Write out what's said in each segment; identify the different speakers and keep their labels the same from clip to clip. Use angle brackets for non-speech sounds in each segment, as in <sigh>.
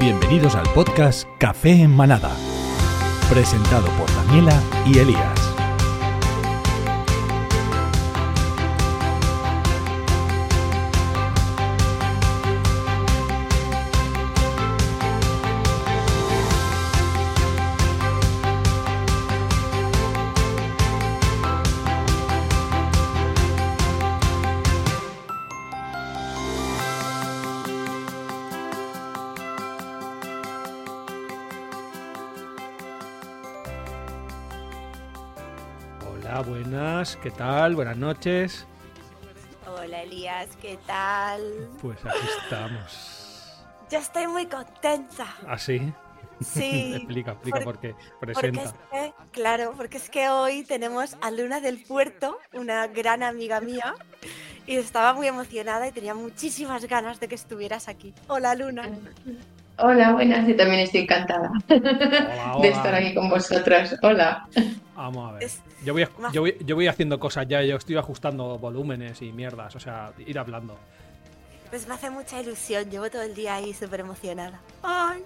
Speaker 1: bienvenidos al podcast Café en Manada, presentado por Daniela y Elías.
Speaker 2: Hola, buenas, ¿qué tal? Buenas noches.
Speaker 3: Hola Elías, ¿qué tal?
Speaker 2: Pues aquí estamos.
Speaker 3: Yo estoy
Speaker 2: <laughs>
Speaker 3: muy contenta.
Speaker 2: Así.
Speaker 3: Sí.
Speaker 2: Explica, explica por, qué. Presenta.
Speaker 3: Porque es que, claro, porque es que hoy tenemos a Luna del Puerto, una gran amiga mía, y estaba muy emocionada y tenía muchísimas ganas de que estuvieras aquí. Hola Luna.
Speaker 4: Hola, buenas, yo también estoy encantada
Speaker 2: Hola,
Speaker 4: de
Speaker 2: hola.
Speaker 4: estar aquí con vosotras. Hola.
Speaker 2: Vamos a ver.
Speaker 3: Es-
Speaker 2: Yo voy, yo, voy, yo voy haciendo cosas ya, yo estoy ajustando volúmenes y mierdas, o sea, ir hablando.
Speaker 3: Pues me hace mucha ilusión, llevo todo el día ahí súper emocionada. ¡Ay!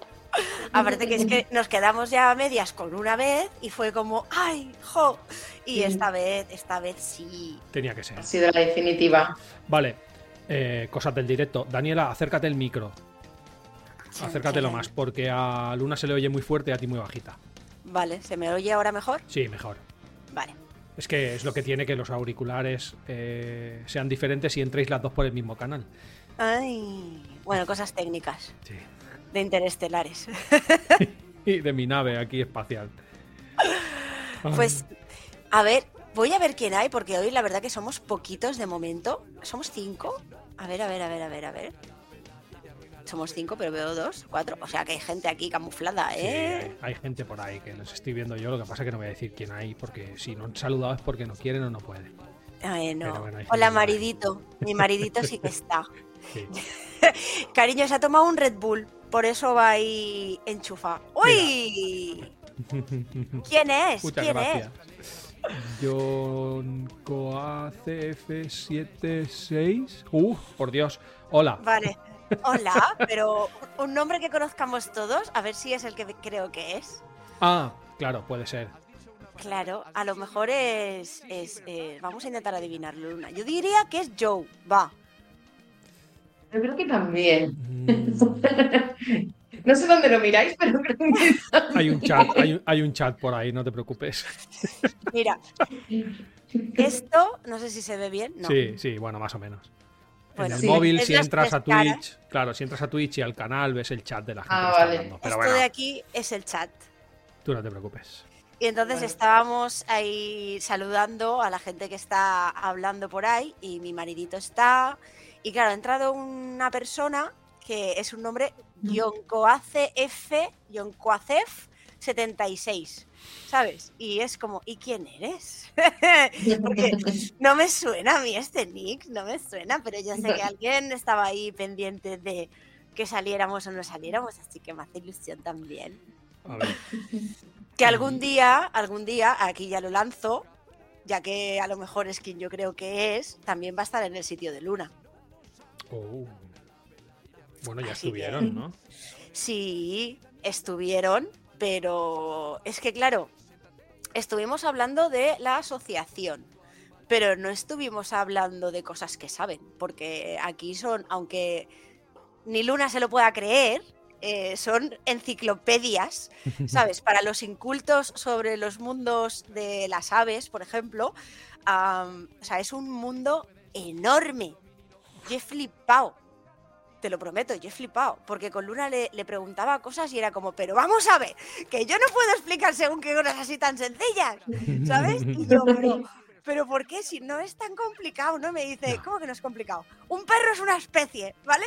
Speaker 3: Aparte que es que nos quedamos ya a medias con una vez y fue como ¡ay! ¡Jo! Y
Speaker 4: Sí.
Speaker 3: esta vez, esta vez sí.
Speaker 2: Tenía que ser.
Speaker 4: Ha sido la definitiva.
Speaker 2: Vale, eh, cosas del directo. Daniela, acércate el micro. Acércatelo más, porque a Luna se le oye muy fuerte y a ti muy bajita.
Speaker 3: Vale, ¿se me oye ahora mejor?
Speaker 2: Sí, mejor.
Speaker 3: Vale.
Speaker 2: Es que es lo que tiene que los auriculares eh, sean diferentes y entréis las dos por el mismo canal.
Speaker 3: Ay, bueno, cosas técnicas
Speaker 2: Sí.
Speaker 3: de interestelares.
Speaker 2: y de mi nave aquí espacial.
Speaker 3: <laughs> Pues, a ver, voy a ver quién hay, porque hoy la verdad que somos poquitos de momento. ¿Somos cinco? A ver, a ver, a ver, a ver, a ver. Somos cinco, pero veo dos, cuatro. O sea que hay gente aquí camuflada,
Speaker 2: Sí,
Speaker 3: ¿eh?
Speaker 2: hay, hay gente por ahí que los estoy viendo yo, lo que pasa es que no voy a decir quién hay, porque si no han saludado es porque no quieren o no pueden.
Speaker 3: Ay,
Speaker 2: Pero
Speaker 3: no.
Speaker 2: bueno, hay gente
Speaker 3: Hola,
Speaker 2: por ahí.
Speaker 3: maridito. Mi maridito sí que está.
Speaker 2: <laughs> Sí.
Speaker 3: <laughs> Cariño, se ha tomado un Red Bull, por eso va ahí enchufa. ¡Uy! ¿Quién <laughs> es?
Speaker 2: Muchas
Speaker 3: ¿Quién
Speaker 2: gracias. John CF76. Uf, por Dios. Hola.
Speaker 3: es? Vale. Hola, pero un nombre que conozcamos todos, a ver si es el que creo que es.
Speaker 2: Ah, claro, puede ser.
Speaker 3: Claro, a lo mejor es. es, eh, vamos a intentar adivinarlo, Luna. Yo diría que es Joe, va.
Speaker 4: Yo creo que también.
Speaker 2: Mm,
Speaker 4: No sé dónde lo miráis, pero creo que
Speaker 2: Hay un chat, hay un, hay un chat por ahí, no te preocupes.
Speaker 3: Mira, esto, no sé si se ve bien. No.
Speaker 2: Sí, sí, bueno, más o menos.
Speaker 3: Bueno,
Speaker 2: en el
Speaker 4: sí.
Speaker 2: móvil,
Speaker 3: Es
Speaker 2: si
Speaker 3: las
Speaker 2: entras a
Speaker 3: tres caras.
Speaker 2: Twitch, claro, si entras a Twitch y al canal, ves el chat de la gente
Speaker 4: Ah,
Speaker 2: que está
Speaker 4: vale.
Speaker 2: hablando. Pero
Speaker 3: esto
Speaker 2: bueno,
Speaker 3: de aquí es el chat.
Speaker 2: tú no te preocupes.
Speaker 3: Y entonces
Speaker 4: Vale.
Speaker 3: estábamos ahí saludando a la gente que está hablando por ahí y mi maridito está. Y claro, ha entrado una persona que es un nombre Yoncoacef, Yoncoacef 76, ¿sabes? Y es como, ¿y quién eres? <laughs> Porque
Speaker 4: <laughs>
Speaker 3: no me suena a mí este nick, no me suena, pero yo sé que alguien estaba ahí pendiente de que saliéramos o no saliéramos, así que me hace ilusión también.
Speaker 2: A ver,
Speaker 3: Que algún día, algún día, aquí ya lo lanzo, ya que a lo mejor es quien yo creo que es, también va a estar en el sitio de Luna.
Speaker 2: oh. Bueno, ya
Speaker 3: Así que-
Speaker 2: estuvieron, ¿no?
Speaker 3: Sí, estuvieron, pero es que claro, estuvimos hablando de la asociación, pero no estuvimos hablando de cosas que saben, porque aquí son, aunque ni Luna se lo pueda creer, eh, son enciclopedias, ¿sabes? Para los incultos sobre los mundos de las aves, por ejemplo, am, o sea, es un mundo enorme. Yo he flipado. Te lo prometo, yo he flipado, porque con Luna le, le preguntaba cosas y era como, pero vamos a ver, que yo no puedo explicar según qué cosas así tan sencillas, ¿sabes? <laughs> Y yo, pero, pero ¿por qué si no es tan complicado? No me dice,
Speaker 2: No.
Speaker 3: ¿cómo que no es complicado? Un perro es una especie, ¿vale?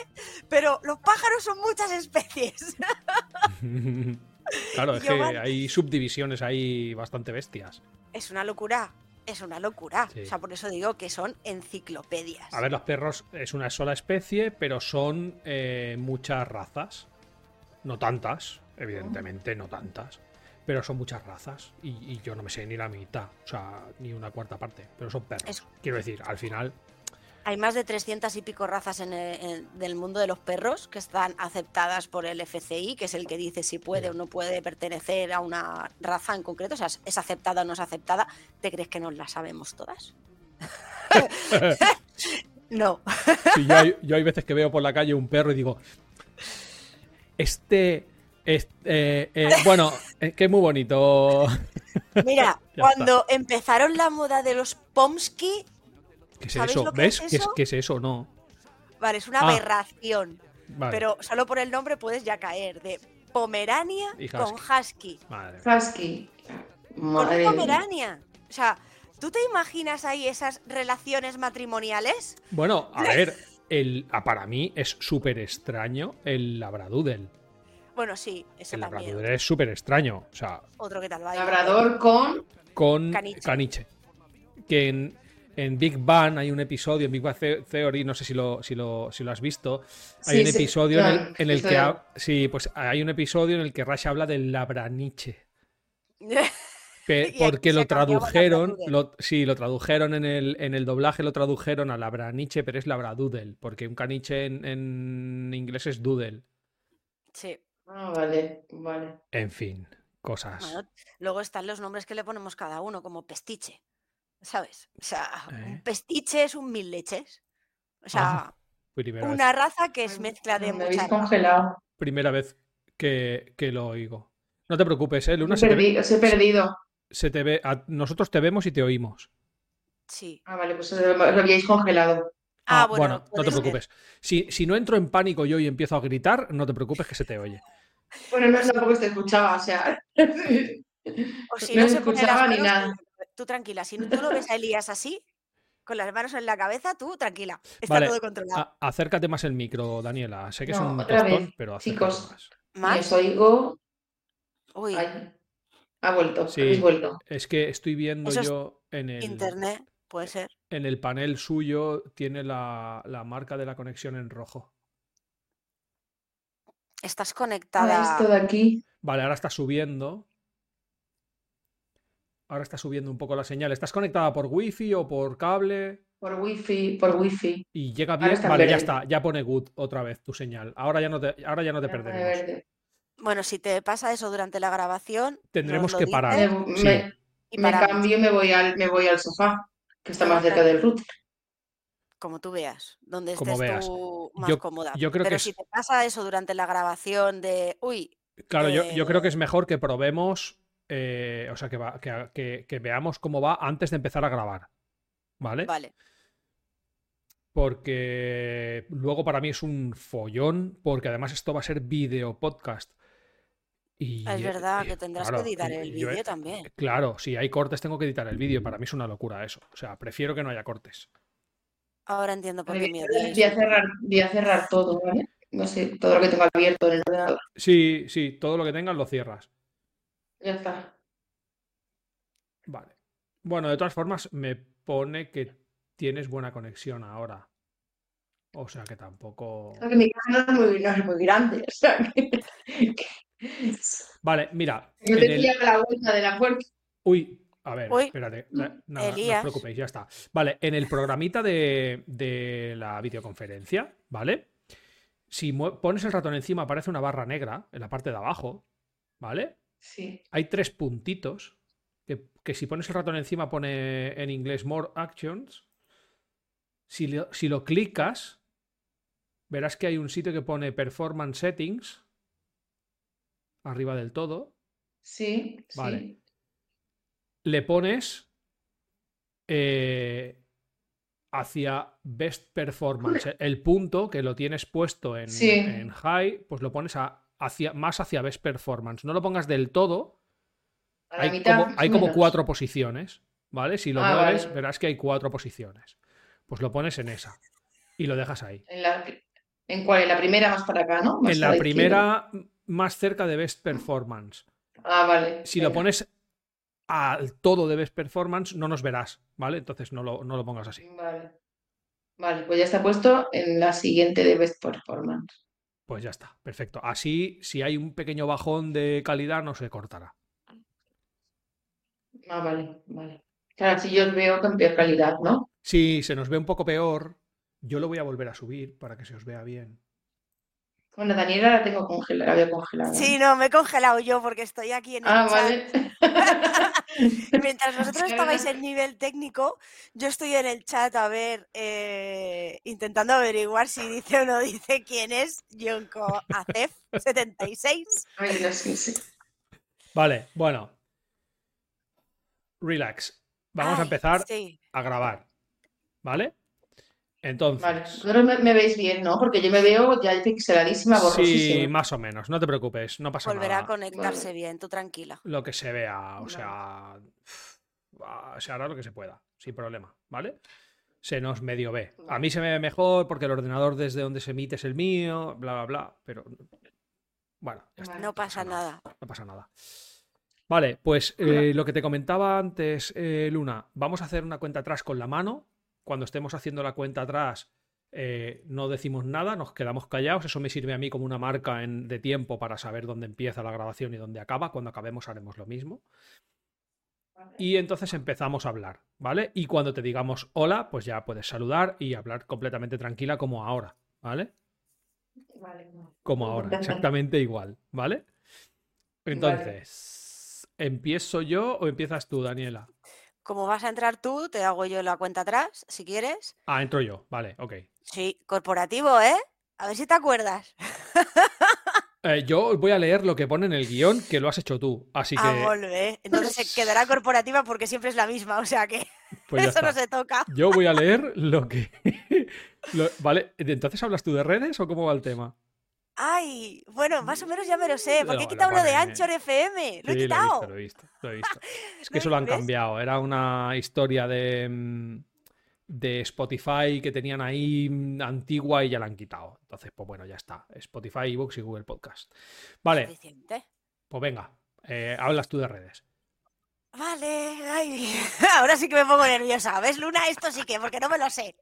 Speaker 3: Pero los pájaros son muchas especies.
Speaker 2: <laughs>
Speaker 3: <laughs>
Speaker 2: claro, es
Speaker 3: Yo,
Speaker 2: que
Speaker 3: vale.
Speaker 2: hay subdivisiones ahí bastante bestias.
Speaker 3: Es una locura, es una locura.
Speaker 2: Sí.
Speaker 3: O sea, por eso digo que son enciclopedias.
Speaker 2: A ver, los perros es una sola especie, pero son eh, muchas razas. No tantas, evidentemente, no tantas. Pero son muchas razas. Y, y yo no me sé ni la mitad, o sea, ni una cuarta parte. Pero son perros.
Speaker 3: Es-
Speaker 2: Quiero decir, al final
Speaker 3: Hay más de 300 y pico razas en el, en- del mundo de los perros que están aceptadas por el FCI, que es el que dice si puede o no puede pertenecer a una raza en concreto. O sea, es aceptada o no es aceptada. ¿Te crees que no la sabemos todas? <laughs> No.
Speaker 2: Sí, yo, hay, yo hay veces que veo por la calle un perro y digo, este, este, eh, eh, bueno, es que es muy bonito.
Speaker 3: Mira,
Speaker 2: Ya
Speaker 3: cuando empezaron la moda de los Pomsky,
Speaker 2: ¿Qué es
Speaker 3: ¿Sabéis
Speaker 2: eso?
Speaker 3: lo que
Speaker 2: ¿Ves?
Speaker 3: es
Speaker 2: ¿Qué es,
Speaker 3: eso?
Speaker 2: qué es eso? No.
Speaker 3: vale, es una
Speaker 2: Ah.
Speaker 3: aberración.
Speaker 2: Vale.
Speaker 3: Pero solo por el nombre puedes ya caer. De Pomerania
Speaker 2: Y
Speaker 3: con Husky.
Speaker 2: Madre mía.
Speaker 4: Husky.
Speaker 3: Con un
Speaker 4: Madre mía.
Speaker 3: Pomerania. O sea, ¿tú te imaginas ahí esas relaciones matrimoniales?
Speaker 2: Bueno, a ver, el, ah, para mí es súper extraño el labradoodle.
Speaker 3: Bueno, sí, ese
Speaker 2: El
Speaker 3: también.
Speaker 2: labradoodle es súper extraño. O sea,
Speaker 3: Otro que tal vaya.
Speaker 4: Labrador con.
Speaker 2: con
Speaker 3: Caniche.
Speaker 2: Caniche. Que en, en Big Bang hay un episodio, en Big Bang The- Theory, no sé si lo, si lo, si lo has visto, hay
Speaker 4: Sí,
Speaker 2: un
Speaker 4: sí,
Speaker 2: episodio en el,
Speaker 4: claro,
Speaker 2: en el que...
Speaker 4: claro.
Speaker 2: ha- sí, pues hay un episodio en el que Rush habla del labraniche. Pe-
Speaker 3: Y aquí
Speaker 2: porque
Speaker 3: se
Speaker 2: lo
Speaker 3: cambiaba
Speaker 2: tradujeron,
Speaker 3: labradoodle.
Speaker 2: lo, sí, lo tradujeron en el, en el doblaje, lo tradujeron a labraniche, pero es labradoodle, porque un caniche en, en inglés es doodle.
Speaker 3: <laughs> Sí.
Speaker 4: Ah, vale, vale.
Speaker 2: En fin, cosas.
Speaker 3: Bueno, luego están los nombres que le ponemos cada uno, como pestiche. ¿Sabes? O sea,
Speaker 2: ¿Eh?
Speaker 3: un pestiche es un mil leches. O sea,
Speaker 2: Ah, Primera,
Speaker 3: una
Speaker 2: vez,
Speaker 3: raza que es mezcla de
Speaker 4: Me habéis
Speaker 3: muchas.
Speaker 4: congelado.
Speaker 2: primera vez que, que lo oigo. No te preocupes, ¿eh, Luna?
Speaker 4: Os
Speaker 2: se
Speaker 4: he
Speaker 2: te ve-
Speaker 4: perdi- os he perdido.
Speaker 2: se te ve, a- nosotros te vemos y te oímos.
Speaker 3: Sí.
Speaker 4: Ah, vale, pues os lo os lo habíais congelado.
Speaker 3: Ah,
Speaker 2: Ah,
Speaker 3: bueno,
Speaker 2: no
Speaker 3: puede
Speaker 2: te
Speaker 3: ser.
Speaker 2: preocupes. Si, si no entro en pánico yo y empiezo a gritar, no te preocupes que se te oye.
Speaker 4: Bueno, no tampoco te escuchaba, o sea.
Speaker 3: O si
Speaker 4: No
Speaker 3: no,
Speaker 4: se
Speaker 3: se pone las
Speaker 4: escuchaba ni
Speaker 3: manos,
Speaker 4: nada.
Speaker 3: tú- Tú tranquila, si tú lo ves a Elías así, con las manos en la cabeza, tú tranquila. Está
Speaker 2: Vale, Ah,
Speaker 3: todo controlado.
Speaker 2: A- acércate más el micro, Daniela. Sé que es
Speaker 4: No,
Speaker 2: un
Speaker 4: otra
Speaker 2: tostón,
Speaker 4: vez,
Speaker 2: pero acércate
Speaker 4: chicos.
Speaker 2: más.
Speaker 4: <laughs> Y
Speaker 3: ¿Más?
Speaker 4: os oigo.
Speaker 3: Uy,
Speaker 4: Ay, ha vuelto,
Speaker 2: Sí.
Speaker 4: habéis vuelto.
Speaker 2: Es que estoy viendo
Speaker 3: Eso es
Speaker 2: yo en el, eh
Speaker 3: internet, puede ser.
Speaker 2: en el panel suyo, tiene la, la marca de la conexión en rojo.
Speaker 3: Estás
Speaker 4: Ah,
Speaker 3: conectada.
Speaker 4: esto de aquí.
Speaker 2: Vale, ahora está subiendo. Ahora está subiendo un poco la señal. ¿Estás conectada por wifi o por cable?
Speaker 4: Por wifi, por wifi.
Speaker 2: Y llega
Speaker 4: Ahora
Speaker 2: bien.
Speaker 4: está en
Speaker 2: Vale, ya
Speaker 4: verde.
Speaker 2: está. Ya pone good otra vez tu señal. Ahora ya no te, ahora ya no te
Speaker 4: Ah, de
Speaker 2: perderemos.
Speaker 4: verde.
Speaker 3: Bueno, si te pasa eso durante la grabación, nos
Speaker 2: Tendremos
Speaker 3: lo
Speaker 2: que
Speaker 3: dices
Speaker 2: parar.
Speaker 4: Me,
Speaker 2: Ah, sí.
Speaker 4: Eh, me-
Speaker 3: y
Speaker 4: me
Speaker 3: paramos,
Speaker 4: cambio y me voy al, me voy al sofá, que está
Speaker 3: Bueno,
Speaker 4: más cerca del router.
Speaker 3: Como tú veas, donde
Speaker 2: Como
Speaker 3: estés
Speaker 2: veas.
Speaker 3: tú más
Speaker 2: Yo-
Speaker 3: cómoda.
Speaker 2: yo creo que
Speaker 3: Pero
Speaker 2: es-
Speaker 3: si te pasa eso durante la grabación de, uy,
Speaker 2: Claro, yo, yo creo que
Speaker 3: Eh,
Speaker 2: es mejor que probemos, eh, o sea, que, va- que, que- que veamos cómo va antes de empezar a grabar, ¿vale?
Speaker 3: vale,
Speaker 2: Porque luego para mí es un follón, porque además esto va a ser video podcast. Y,
Speaker 3: es verdad
Speaker 2: y-
Speaker 3: que tendrás
Speaker 2: claro,
Speaker 3: que editar
Speaker 2: y-
Speaker 3: el
Speaker 2: y yo- eh,
Speaker 3: vídeo también.
Speaker 2: Claro, si hay cortes tengo que editar el vídeo, para mí es una locura eso. O sea, prefiero que no haya cortes.
Speaker 3: Ahora entiendo por qué miedo.
Speaker 4: Voy a cerrar, voy a cerrar todo, ¿vale? No sé, todo lo que tengo abierto en el ordenador.
Speaker 2: Sí, sí, todo lo que tengas lo cierras.
Speaker 4: Ya está.
Speaker 2: Vale. Bueno, de todas formas, me pone que tienes buena conexión ahora. O sea que tampoco.
Speaker 4: Creo que mi casa no es muy, no es muy grande, o sea que...
Speaker 2: Vale, mira.
Speaker 4: Yo
Speaker 2: en
Speaker 4: te
Speaker 2: el-
Speaker 4: pillaba la vuelta de la puerta.
Speaker 2: Uy, a ver,
Speaker 3: Uy, mm,
Speaker 2: espérate. la- nada, no os
Speaker 3: Elías.
Speaker 2: preocupéis, ya está. Vale, en el programita de, de la videoconferencia, ¿vale? Si mue- pones el ratón encima, aparece una barra negra en la parte de abajo, ¿vale?
Speaker 4: Sí.
Speaker 2: Hay tres puntitos que, que si pones el ratón encima pone en inglés More Actions. Si lo, si lo clicas, verás que hay un sitio que pone Performance Settings arriba del todo.
Speaker 4: Sí,
Speaker 2: Vale.
Speaker 4: sí.
Speaker 2: Le pones eh, hacia Best Performance. El punto que lo tienes puesto en,
Speaker 4: Sí.
Speaker 2: en High, pues lo pones a- hacia, más hacia Best Performance. No lo pongas del todo,
Speaker 4: A la
Speaker 2: hay,
Speaker 4: mitad,
Speaker 2: como,
Speaker 4: más o
Speaker 2: hay como
Speaker 4: menos.
Speaker 2: cuatro posiciones, ¿vale? Si lo
Speaker 4: Ah,
Speaker 2: mueves,
Speaker 4: vale.
Speaker 2: verás que hay cuatro posiciones. Pues lo pones en esa y lo dejas ahí.
Speaker 4: ¿En, la, ¿En cuál? En la primera más para acá, ¿no? Más
Speaker 2: en
Speaker 4: a
Speaker 2: la
Speaker 4: izquierda.
Speaker 2: primera, más cerca de Best Performance.
Speaker 4: Ah, vale.
Speaker 2: Si lo
Speaker 4: venga.
Speaker 2: pones al todo de Best Performance, no nos verás, ¿vale? Entonces no lo, no lo pongas así.
Speaker 4: Vale. Vale, pues ya está puesto en la siguiente de Best Performance.
Speaker 2: Pues ya está, perfecto. Así, si hay un pequeño bajón de calidad, no se cortará.
Speaker 4: Ah, vale, vale. Claro, si yo os veo con peor calidad, ¿no?
Speaker 2: Si se nos ve un poco peor, Yo lo voy a volver a subir para que se os vea bien.
Speaker 4: Bueno, Daniela la tengo congelada, la había congelado.
Speaker 3: Sí, no, me he congelado yo porque estoy aquí en el
Speaker 4: Ah,
Speaker 3: chat.
Speaker 4: vale. <laughs>
Speaker 3: Mientras vosotros
Speaker 4: Claro.
Speaker 3: estabais en nivel técnico, yo estoy en el chat a ver, eh, intentando averiguar si dice o no dice quién es Yonko Acef 76.
Speaker 4: Ay, Dios, sí, sí.
Speaker 2: Vale, bueno. Relax. Vamos a
Speaker 3: Ay,
Speaker 2: empezar
Speaker 3: Sí,
Speaker 2: a grabar. ¿Vale? Entonces.
Speaker 4: Vale, vosotros me, me veis bien, ¿no? Porque yo me veo ya pixeladísima,
Speaker 2: Sí,
Speaker 4: borrosísima.
Speaker 2: más o menos, no te preocupes, no pasa
Speaker 3: volverá a
Speaker 2: nada.
Speaker 3: conectarse bien, tú tranquila.
Speaker 2: Lo que se vea, o
Speaker 4: Vale.
Speaker 2: sea, pf, ah, se hará lo que se pueda, sin problema, ¿vale? Se nos medio ve. A mí se me ve mejor porque el ordenador desde donde se emite es el mío, bla, bla, bla, pero bueno, ya está,
Speaker 4: Vale.
Speaker 3: No pasa nada.
Speaker 2: no pasa nada. Vale, pues
Speaker 4: Hola.
Speaker 2: eh, lo que te comentaba antes, eh, Luna, vamos a hacer una cuenta atrás con la mano. Cuando estemos haciendo la cuenta atrás, eh, no decimos nada, nos quedamos callados. Eso me sirve a mí como una marca en- de tiempo para saber dónde empieza la grabación y dónde acaba. Cuando acabemos haremos lo mismo. Y entonces empezamos a hablar, ¿vale? Y cuando te digamos hola, pues ya puedes saludar y hablar completamente tranquila como ahora, ¿vale?
Speaker 4: Vale.
Speaker 2: Como ahora,
Speaker 4: Ujú.
Speaker 2: exactamente igual, ¿vale? Entonces, ¿empiezo yo o empiezas tú, Daniela?
Speaker 3: Como vas a entrar tú, te hago yo la cuenta atrás, si quieres.
Speaker 2: Ah, entro yo, vale, ok.
Speaker 3: Sí, corporativo, ¿eh? A ver si te acuerdas.
Speaker 2: Eh, yo voy a leer lo que pone en el guión, que lo has hecho tú, así
Speaker 3: A
Speaker 2: que
Speaker 3: volver. Entonces
Speaker 2: <laughs>
Speaker 3: se quedará corporativa porque siempre es la misma, o sea que
Speaker 2: pues ya
Speaker 3: <laughs> eso no
Speaker 2: está.
Speaker 3: se toca.
Speaker 2: Yo voy a leer lo que... <laughs> lo- Vale, entonces hablas tú de redes o cómo va el tema?
Speaker 3: Ay, bueno, más o menos ya me lo sé, porque
Speaker 2: No,
Speaker 3: he
Speaker 2: lo
Speaker 3: quitado lo de
Speaker 2: pone-
Speaker 3: Anchor FM, lo he
Speaker 2: Sí,
Speaker 3: quitado.
Speaker 2: Lo he visto, lo he visto,
Speaker 3: <laughs>
Speaker 2: lo he visto. Es que
Speaker 3: ¿No
Speaker 2: eso lo han
Speaker 3: ves?
Speaker 2: cambiado. Era una historia de, mm, de Spotify que tenían ahí mm, antigua y ya la han quitado. Entonces, pues bueno, ya está. Spotify, Evox y Google Podcast. Vale,
Speaker 3: Suficiente.
Speaker 2: pues venga. eh, hablas tú de redes.
Speaker 3: Vale, ay, <laughs> ahora sí que me pongo nerviosa. ¿Ves, Luna? Esto sí que, porque no me
Speaker 2: <laughs>
Speaker 3: lo sé.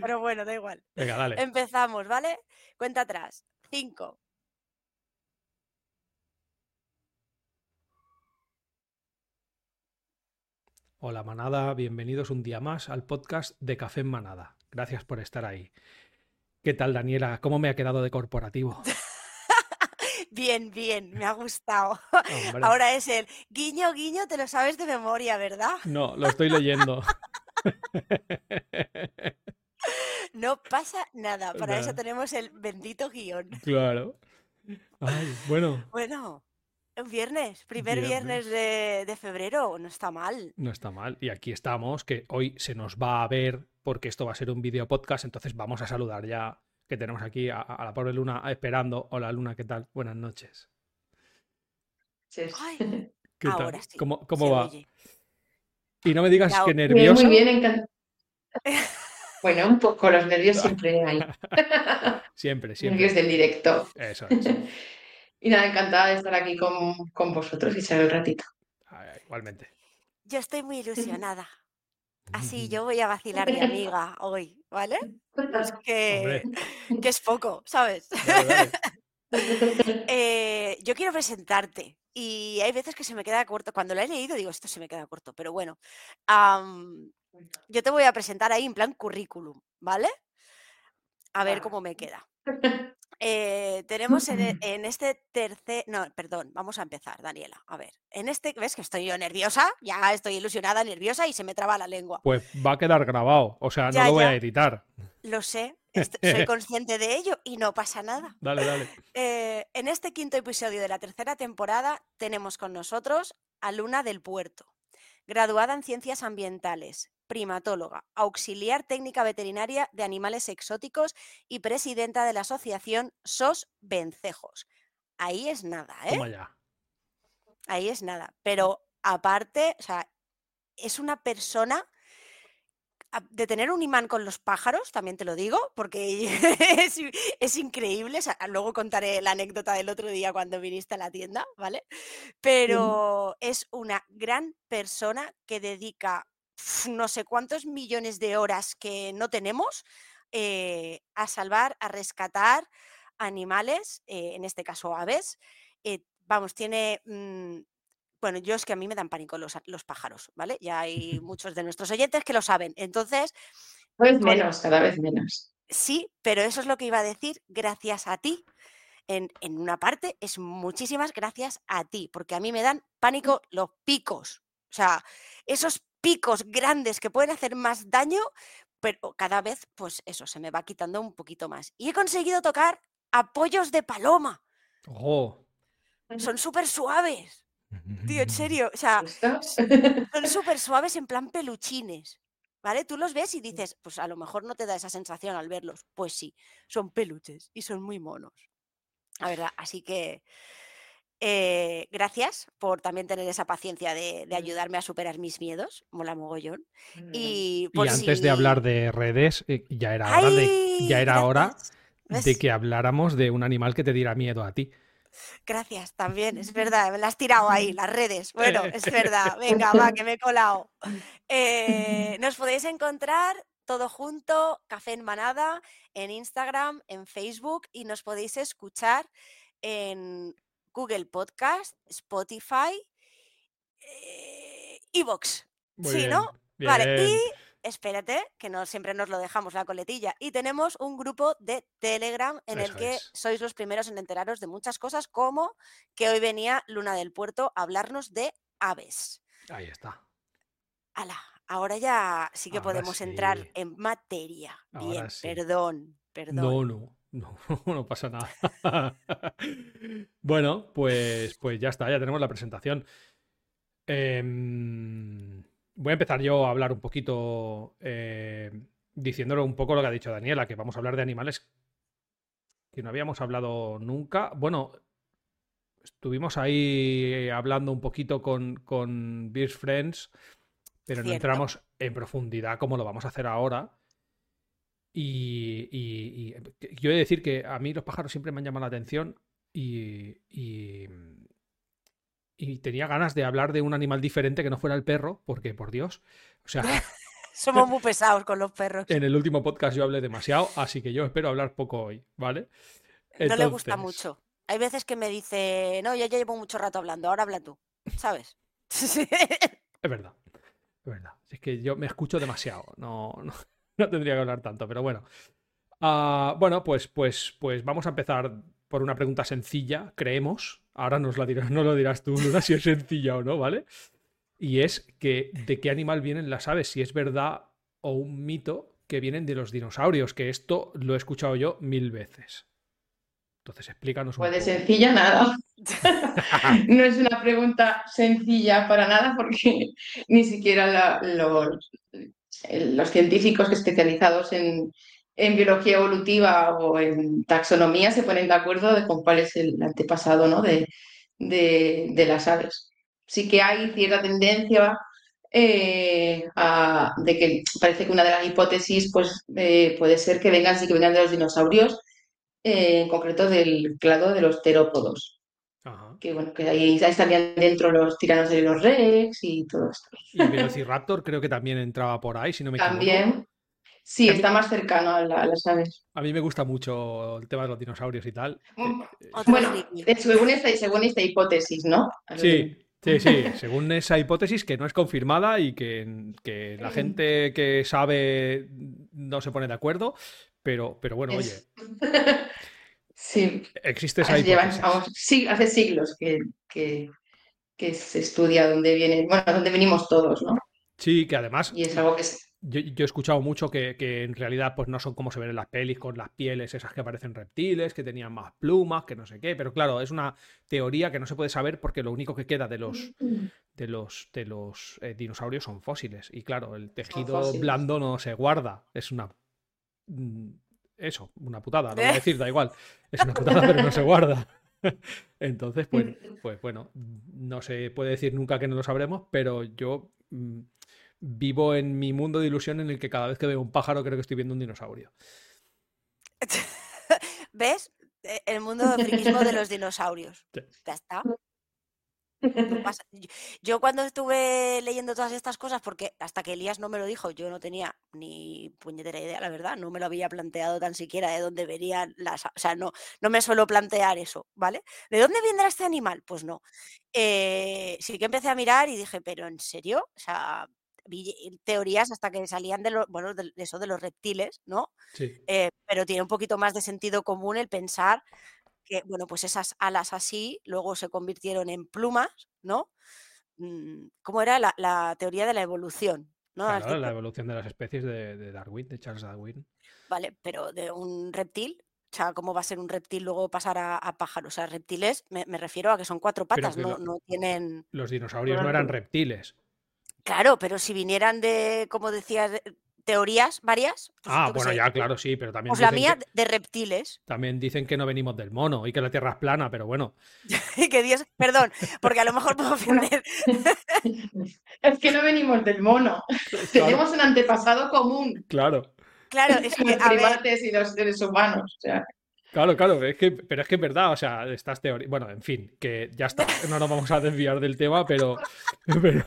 Speaker 3: Pero bueno, da igual.
Speaker 2: Venga,
Speaker 3: <laughs> Em.
Speaker 2: dale.
Speaker 3: Empezamos, ¿vale? Cuenta atrás. Cinco. <laughs>
Speaker 2: Hola manada, bienvenidos un día más al podcast de Café en Manada. Gracias por estar ahí. ¿Qué tal, Daniela? ¿Cómo me ha quedado de
Speaker 3: <laughs>
Speaker 2: corporativo?
Speaker 3: Bien, bien, me ha gustado.
Speaker 2: Hombre,
Speaker 3: Ahora es el guiño, guiño, te lo sabes de memoria, ¿verdad? <laughs>
Speaker 2: No, lo estoy leyendo.
Speaker 3: No pasa nada. Para eso
Speaker 2: Nada.
Speaker 3: tenemos el bendito guión.
Speaker 2: Claro. Ay, bueno,
Speaker 3: Bueno, un viernes, primer
Speaker 2: Viernes.
Speaker 3: viernes de, de febrero, no está mal.
Speaker 2: no está mal. Y aquí estamos, que hoy se nos va a ver porque esto va a ser un video podcast, entonces vamos a saludar ya que tenemos aquí a, a la pobre Luna esperando. Hola Luna, ¿qué tal? Buenas noches.
Speaker 4: Sí. <laughs>
Speaker 3: Ay,
Speaker 2: ¿Qué tal?
Speaker 3: Ahora sí,
Speaker 2: ¿Cómo, <laughs> cómo
Speaker 3: se
Speaker 2: va?
Speaker 3: oye.
Speaker 2: Y no me digas
Speaker 3: Ya-
Speaker 2: que
Speaker 3: Muy
Speaker 4: Muy bien,
Speaker 2: nerviosa.
Speaker 4: muy
Speaker 3: <laughs>
Speaker 4: bien, encantado. Bueno, un poco
Speaker 2: <laughs>
Speaker 4: los nervios siempre hay.
Speaker 2: Siempre,
Speaker 4: Nervios
Speaker 2: siempre.
Speaker 4: del directo.
Speaker 2: Eso
Speaker 4: <laughs>
Speaker 2: es.
Speaker 4: Y nada, encantada de estar aquí con, con vosotros y echar el ratito.
Speaker 2: Ah, Igualmente.
Speaker 3: Yo estoy muy ilusionada. Así
Speaker 2: Mm.
Speaker 3: yo voy a vacilar de amiga hoy,
Speaker 2: <laughs>
Speaker 3: ¿vale?
Speaker 2: Hombre,
Speaker 3: Es que, que es poco, ¿sabes?
Speaker 2: dale, dale.
Speaker 3: Eh, yo quiero presentarte y hay veces que se me queda corto. Cuando la he leído digo, esto se me queda corto, pero bueno. Am, yo te voy a presentar ahí en plan currículum, ¿vale? A ver
Speaker 4: Vale.
Speaker 3: cómo me queda. Eh, tenemos en, e- en este tercer. No, perdón, vamos a empezar, Daniela. A ver, en este. ¿Ves que estoy yo nerviosa? Ya estoy ilusionada, nerviosa y se me traba la lengua.
Speaker 2: Pues va a quedar grabado. O sea, no
Speaker 3: Ya,
Speaker 2: lo voy
Speaker 3: ya.
Speaker 2: a editar.
Speaker 3: Lo sé, est- soy consciente de ello y no pasa nada.
Speaker 2: Dale, dale.
Speaker 3: Eh, en este quinto episodio de la tercera temporada tenemos con nosotros a Luna del Puerto, graduada en Ciencias Ambientales, primatóloga, auxiliar técnica veterinaria de animales exóticos y presidenta de la asociación SOS Vencejos. Ahí es nada, ¿eh?
Speaker 2: Toma ya.
Speaker 3: Ahí es nada. Pero aparte, o sea, es una persona a- de tener un imán con los pájaros, también te lo digo, porque <laughs> es, i- es increíble. o sea, luego contaré la anécdota del otro día cuando viniste a la tienda, ¿vale? Pero es una gran persona que dedica pf, no sé cuántos millones de horas que no tenemos eh, a salvar, a rescatar animales, eh, en este caso aves, eh, vamos, tiene... mm, bueno, yo es que a mí me dan pánico los, a- los pájaros, ¿vale? Ya hay muchos de nuestros oyentes que lo saben. Entonces,
Speaker 4: Cada vez menos, cada vez menos.
Speaker 3: Sí, pero eso es lo que iba a decir, gracias a ti. En, en una parte es muchísimas gracias a ti, porque a mí me dan pánico los picos. O sea, esos picos grandes que pueden hacer más daño, pero cada vez, pues eso, se me va quitando un poquito más. Y he conseguido tocar apoyos de paloma.
Speaker 2: Ojo.
Speaker 4: Mm.
Speaker 3: Son súper suaves.
Speaker 1: <laughs>
Speaker 3: Tío, en serio. O sea,
Speaker 4: ¿Esto? <laughs>
Speaker 3: son súper suaves en plan peluchines. ¿Vale? Tú los
Speaker 2: Mm.
Speaker 3: ves y dices, pues a lo mejor no te da esa sensación al verlos. Pues sí, son peluches y son muy monos. La verdad, así que eh, gracias por también tener esa paciencia de,
Speaker 2: Mm.
Speaker 3: de ayudarme a superar mis miedos. Mola mogollón. Y, por
Speaker 2: Y antes de
Speaker 3: si-
Speaker 2: hablar de redes, eh, ya era hora, de,
Speaker 3: ¡Ay!
Speaker 2: ya era hora
Speaker 3: Gracias. ¿Ves?
Speaker 2: de que habláramos de un animal que te diera miedo a ti.
Speaker 3: Gracias, también, es verdad, me la has tirado ahí, las redes. Bueno, es verdad, venga, va, que me he colado. Eh, nos podéis encontrar todo junto, Café en Manada, en Instagram, en Facebook y nos podéis escuchar en Google Podcast, Spotify, eh, Evox.
Speaker 2: Muy
Speaker 3: sí,
Speaker 2: bien,
Speaker 3: ¿no? Vale,
Speaker 2: bien.
Speaker 3: y espérate, que no siempre nos lo dejamos la coletilla. Y tenemos un grupo de Telegram en
Speaker 2: Eso
Speaker 3: el que
Speaker 2: es.
Speaker 3: sois los primeros en enteraros de muchas cosas, como que hoy venía Luna del Puerto a hablarnos de aves.
Speaker 2: Ahí está.
Speaker 3: Ala, ahora ya sí que
Speaker 2: Ahora
Speaker 3: podemos entrar
Speaker 2: sí.
Speaker 3: en materia. Bien,
Speaker 2: Ahora sí.
Speaker 3: perdón, perdón.
Speaker 2: No, no, no, <laughs> no pasa nada. <laughs> bueno, pues, pues ya está, ya tenemos la presentación. Em, voy a empezar yo a hablar un poquito, em, diciéndolo un poco lo que ha dicho Daniela, que vamos a hablar de animales que no habíamos hablado nunca. Bueno, estuvimos ahí hablando un poquito con, con Beers Friends, pero no
Speaker 3: Cierto.
Speaker 2: entramos en profundidad como lo vamos a hacer ahora. Y, y- y yo he de decir que a mí los pájaros siempre me han llamado la atención y, y- y tenía ganas de hablar de un animal diferente que no fuera el perro, porque por Dios, o sea,
Speaker 3: <laughs> Somos muy pesados con los perros.
Speaker 2: en el último podcast yo hablé demasiado, así que yo espero hablar poco hoy, ¿vale?
Speaker 3: no le gusta
Speaker 2: Entonces,
Speaker 3: mucho. Hay veces que me dice, no, yo ya llevo mucho rato hablando, ahora habla tú, ¿sabes?
Speaker 2: Eh,
Speaker 3: <laughs>
Speaker 2: Es verdad, es verdad. Si Es que yo me escucho demasiado, no, no, <laughs> no tendría que hablar tanto, pero bueno. Ah, bueno, pues, pues, pues vamos a empezar por una pregunta sencilla, creemos. Ahora nos la dirás, no lo dirás tú, Luna, si es sencilla o no, ¿vale? Y es que de qué animal vienen las aves, si es verdad o un mito que vienen de los dinosaurios, que esto lo he escuchado yo mil veces. Entonces explícanos un
Speaker 4: Pues de
Speaker 2: poco.
Speaker 4: sencilla nada. <laughs> No es una pregunta sencilla para nada porque <laughs> ni siquiera la- los, eh, los científicos especializados en, en biología evolutiva o en taxonomía se ponen de acuerdo de con cuál es el antepasado, ¿no? de, de- de las aves. Sí que hay cierta tendencia eh, a- de que parece que una de las hipótesis pues, eh, puede ser que vengan, sí que vengan de los dinosaurios, eh, en concreto del clado de los terópodos
Speaker 2: Ajá.
Speaker 4: que bueno, que ahí, ahí estarían dentro los tiranos de los rex y todo esto.
Speaker 2: Y el Velociraptor creo que también entraba por ahí, si no me equivoco.
Speaker 4: También, sí, está más cercano a, la- a las aves.
Speaker 2: A mí me gusta mucho el tema de los dinosaurios y tal.
Speaker 4: Mm,
Speaker 2: Eh,
Speaker 3: Otro
Speaker 4: Bueno,
Speaker 3: friki.
Speaker 4: eh, según esta, según esta hipótesis, ¿no? <laughs>
Speaker 2: Sí, sí, sí. Según esa hipótesis que no es confirmada y que, que la gente que sabe no se pone de acuerdo, pero, pero bueno, oye,
Speaker 4: Es- Sí,
Speaker 2: existe esa
Speaker 4: así llevan,
Speaker 2: hipótesis.
Speaker 4: vamos, sí, hace siglos que, que, que se estudia dónde vienen, bueno, dónde venimos todos, ¿no?
Speaker 2: Sí, que además
Speaker 4: Y es algo que es-
Speaker 2: yo, yo he escuchado mucho que, que en realidad pues no son como se ven en las pelis con las pieles esas que parecen reptiles, que tenían más plumas, que no sé qué, pero claro, es una teoría que no se puede saber porque lo único que queda de los, de los, de los eh, dinosaurios son fósiles. Y claro, el tejido
Speaker 4: fósiles.
Speaker 2: blando no se guarda. Es una. mm, Eso, una putada, lo
Speaker 3: <laughs>
Speaker 2: voy a decir, da igual. Es una putada, pero no se guarda. <laughs> Entonces, pues,
Speaker 3: Mm.
Speaker 2: pues bueno, no se puede decir nunca que no lo sabremos, pero yo mm, vivo en mi mundo de ilusión en el que cada vez que veo un pájaro creo que estoy viendo un dinosaurio.
Speaker 3: ¿Ves? Eh, El mundo del friquismo de los dinosaurios.
Speaker 2: Sí.
Speaker 3: Ya está. no pasa- Yo- Yo cuando estuve leyendo todas estas cosas, porque hasta que Elías no me lo dijo, yo no tenía ni puñetera idea, la verdad, no me lo había planteado tan siquiera de dónde venían las... a- O sea, no, no me suelo plantear eso, ¿vale? ¿De dónde vendrá este animal? Pues no. Eh, sí que empecé a mirar y dije, pero ¿en serio? O sea, vi teorías hasta que salían de, lo, bueno, de eso de los reptiles, ¿no?
Speaker 2: Sí.
Speaker 3: Eh, pero tiene un poquito más de sentido común el pensar que, bueno, pues esas alas así luego se convirtieron en plumas, ¿no? Mm, ¿Cómo era la, la teoría de la evolución? ¿no?
Speaker 2: Claro,
Speaker 3: Así Ah, que-
Speaker 2: la evolución de las especies de, de Darwin, de Charles Darwin.
Speaker 3: Vale, pero de un reptil, o sea, ¿cómo va a ser un reptil luego pasar a, a pájaro? O sea, reptiles, me, me refiero a que son cuatro
Speaker 2: Pero
Speaker 3: patas,
Speaker 2: que
Speaker 3: no,
Speaker 2: lo-
Speaker 3: no tienen.
Speaker 2: Los dinosaurios no eran
Speaker 4: Claro.
Speaker 2: reptiles.
Speaker 3: Claro, pero si vinieran de, como decías, de- teorías varias. pues
Speaker 2: ah,
Speaker 3: yo qué
Speaker 2: bueno,
Speaker 3: sé,
Speaker 2: ya, claro, sí, pero también,
Speaker 3: Pues la
Speaker 2: dicen
Speaker 3: mía
Speaker 2: que,
Speaker 3: de- de reptiles. <laughs>
Speaker 2: también dicen que no venimos del mono y que la Tierra es plana, pero bueno,
Speaker 3: que Dios, perdón, porque a lo
Speaker 2: <laughs>
Speaker 3: mejor puedo ofender.
Speaker 4: <laughs> Es que no venimos del mono. Tenemos un antepasado común,
Speaker 2: claro, <laughs>
Speaker 3: Claro, es que,
Speaker 4: los
Speaker 3: a ver,
Speaker 4: primates y los seres humanos. o sea,
Speaker 2: claro, claro, es que, pero es que es verdad, o sea, estas teorías, bueno, en fin, que ya está, no nos vamos a desviar del tema, pero, <laughs> pero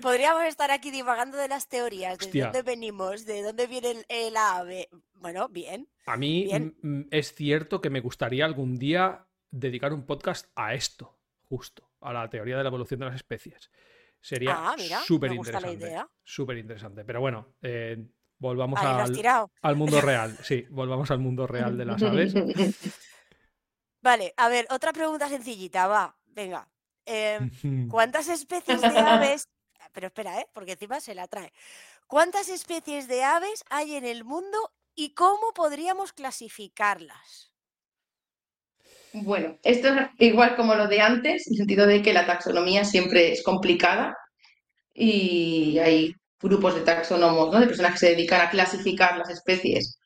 Speaker 3: podríamos estar aquí divagando de las teorías, de
Speaker 2: Hostia.
Speaker 3: dónde venimos, de dónde viene el, el ave. Bueno, bien.
Speaker 2: a mí
Speaker 3: Bien.
Speaker 2: mm, mm, es cierto que me gustaría algún día dedicar un podcast a esto, justo, a la teoría de la evolución de las especies. Sería
Speaker 3: ah, mira,
Speaker 2: súper
Speaker 3: me gusta la
Speaker 2: interesante.
Speaker 3: idea.
Speaker 2: Súper interesante. Pero bueno, eh, volvamos
Speaker 3: Vale, lo has
Speaker 2: al,
Speaker 3: tirado.
Speaker 2: al mundo real. Sí, volvamos al mundo real de las
Speaker 3: <laughs>
Speaker 2: aves.
Speaker 3: Vale, a ver, otra pregunta sencillita, va, venga. Em,
Speaker 2: <laughs> Ujú.
Speaker 3: ¿Cuántas especies de aves? Pero espera, ¿eh? porque encima se la trae. ¿Cuántas especies de aves hay en el mundo y cómo podríamos clasificarlas?
Speaker 4: Bueno, esto es igual como lo de antes, en el sentido de que la taxonomía siempre es complicada y hay grupos de taxónomos, ¿no? De personas que se dedican a clasificar las especies,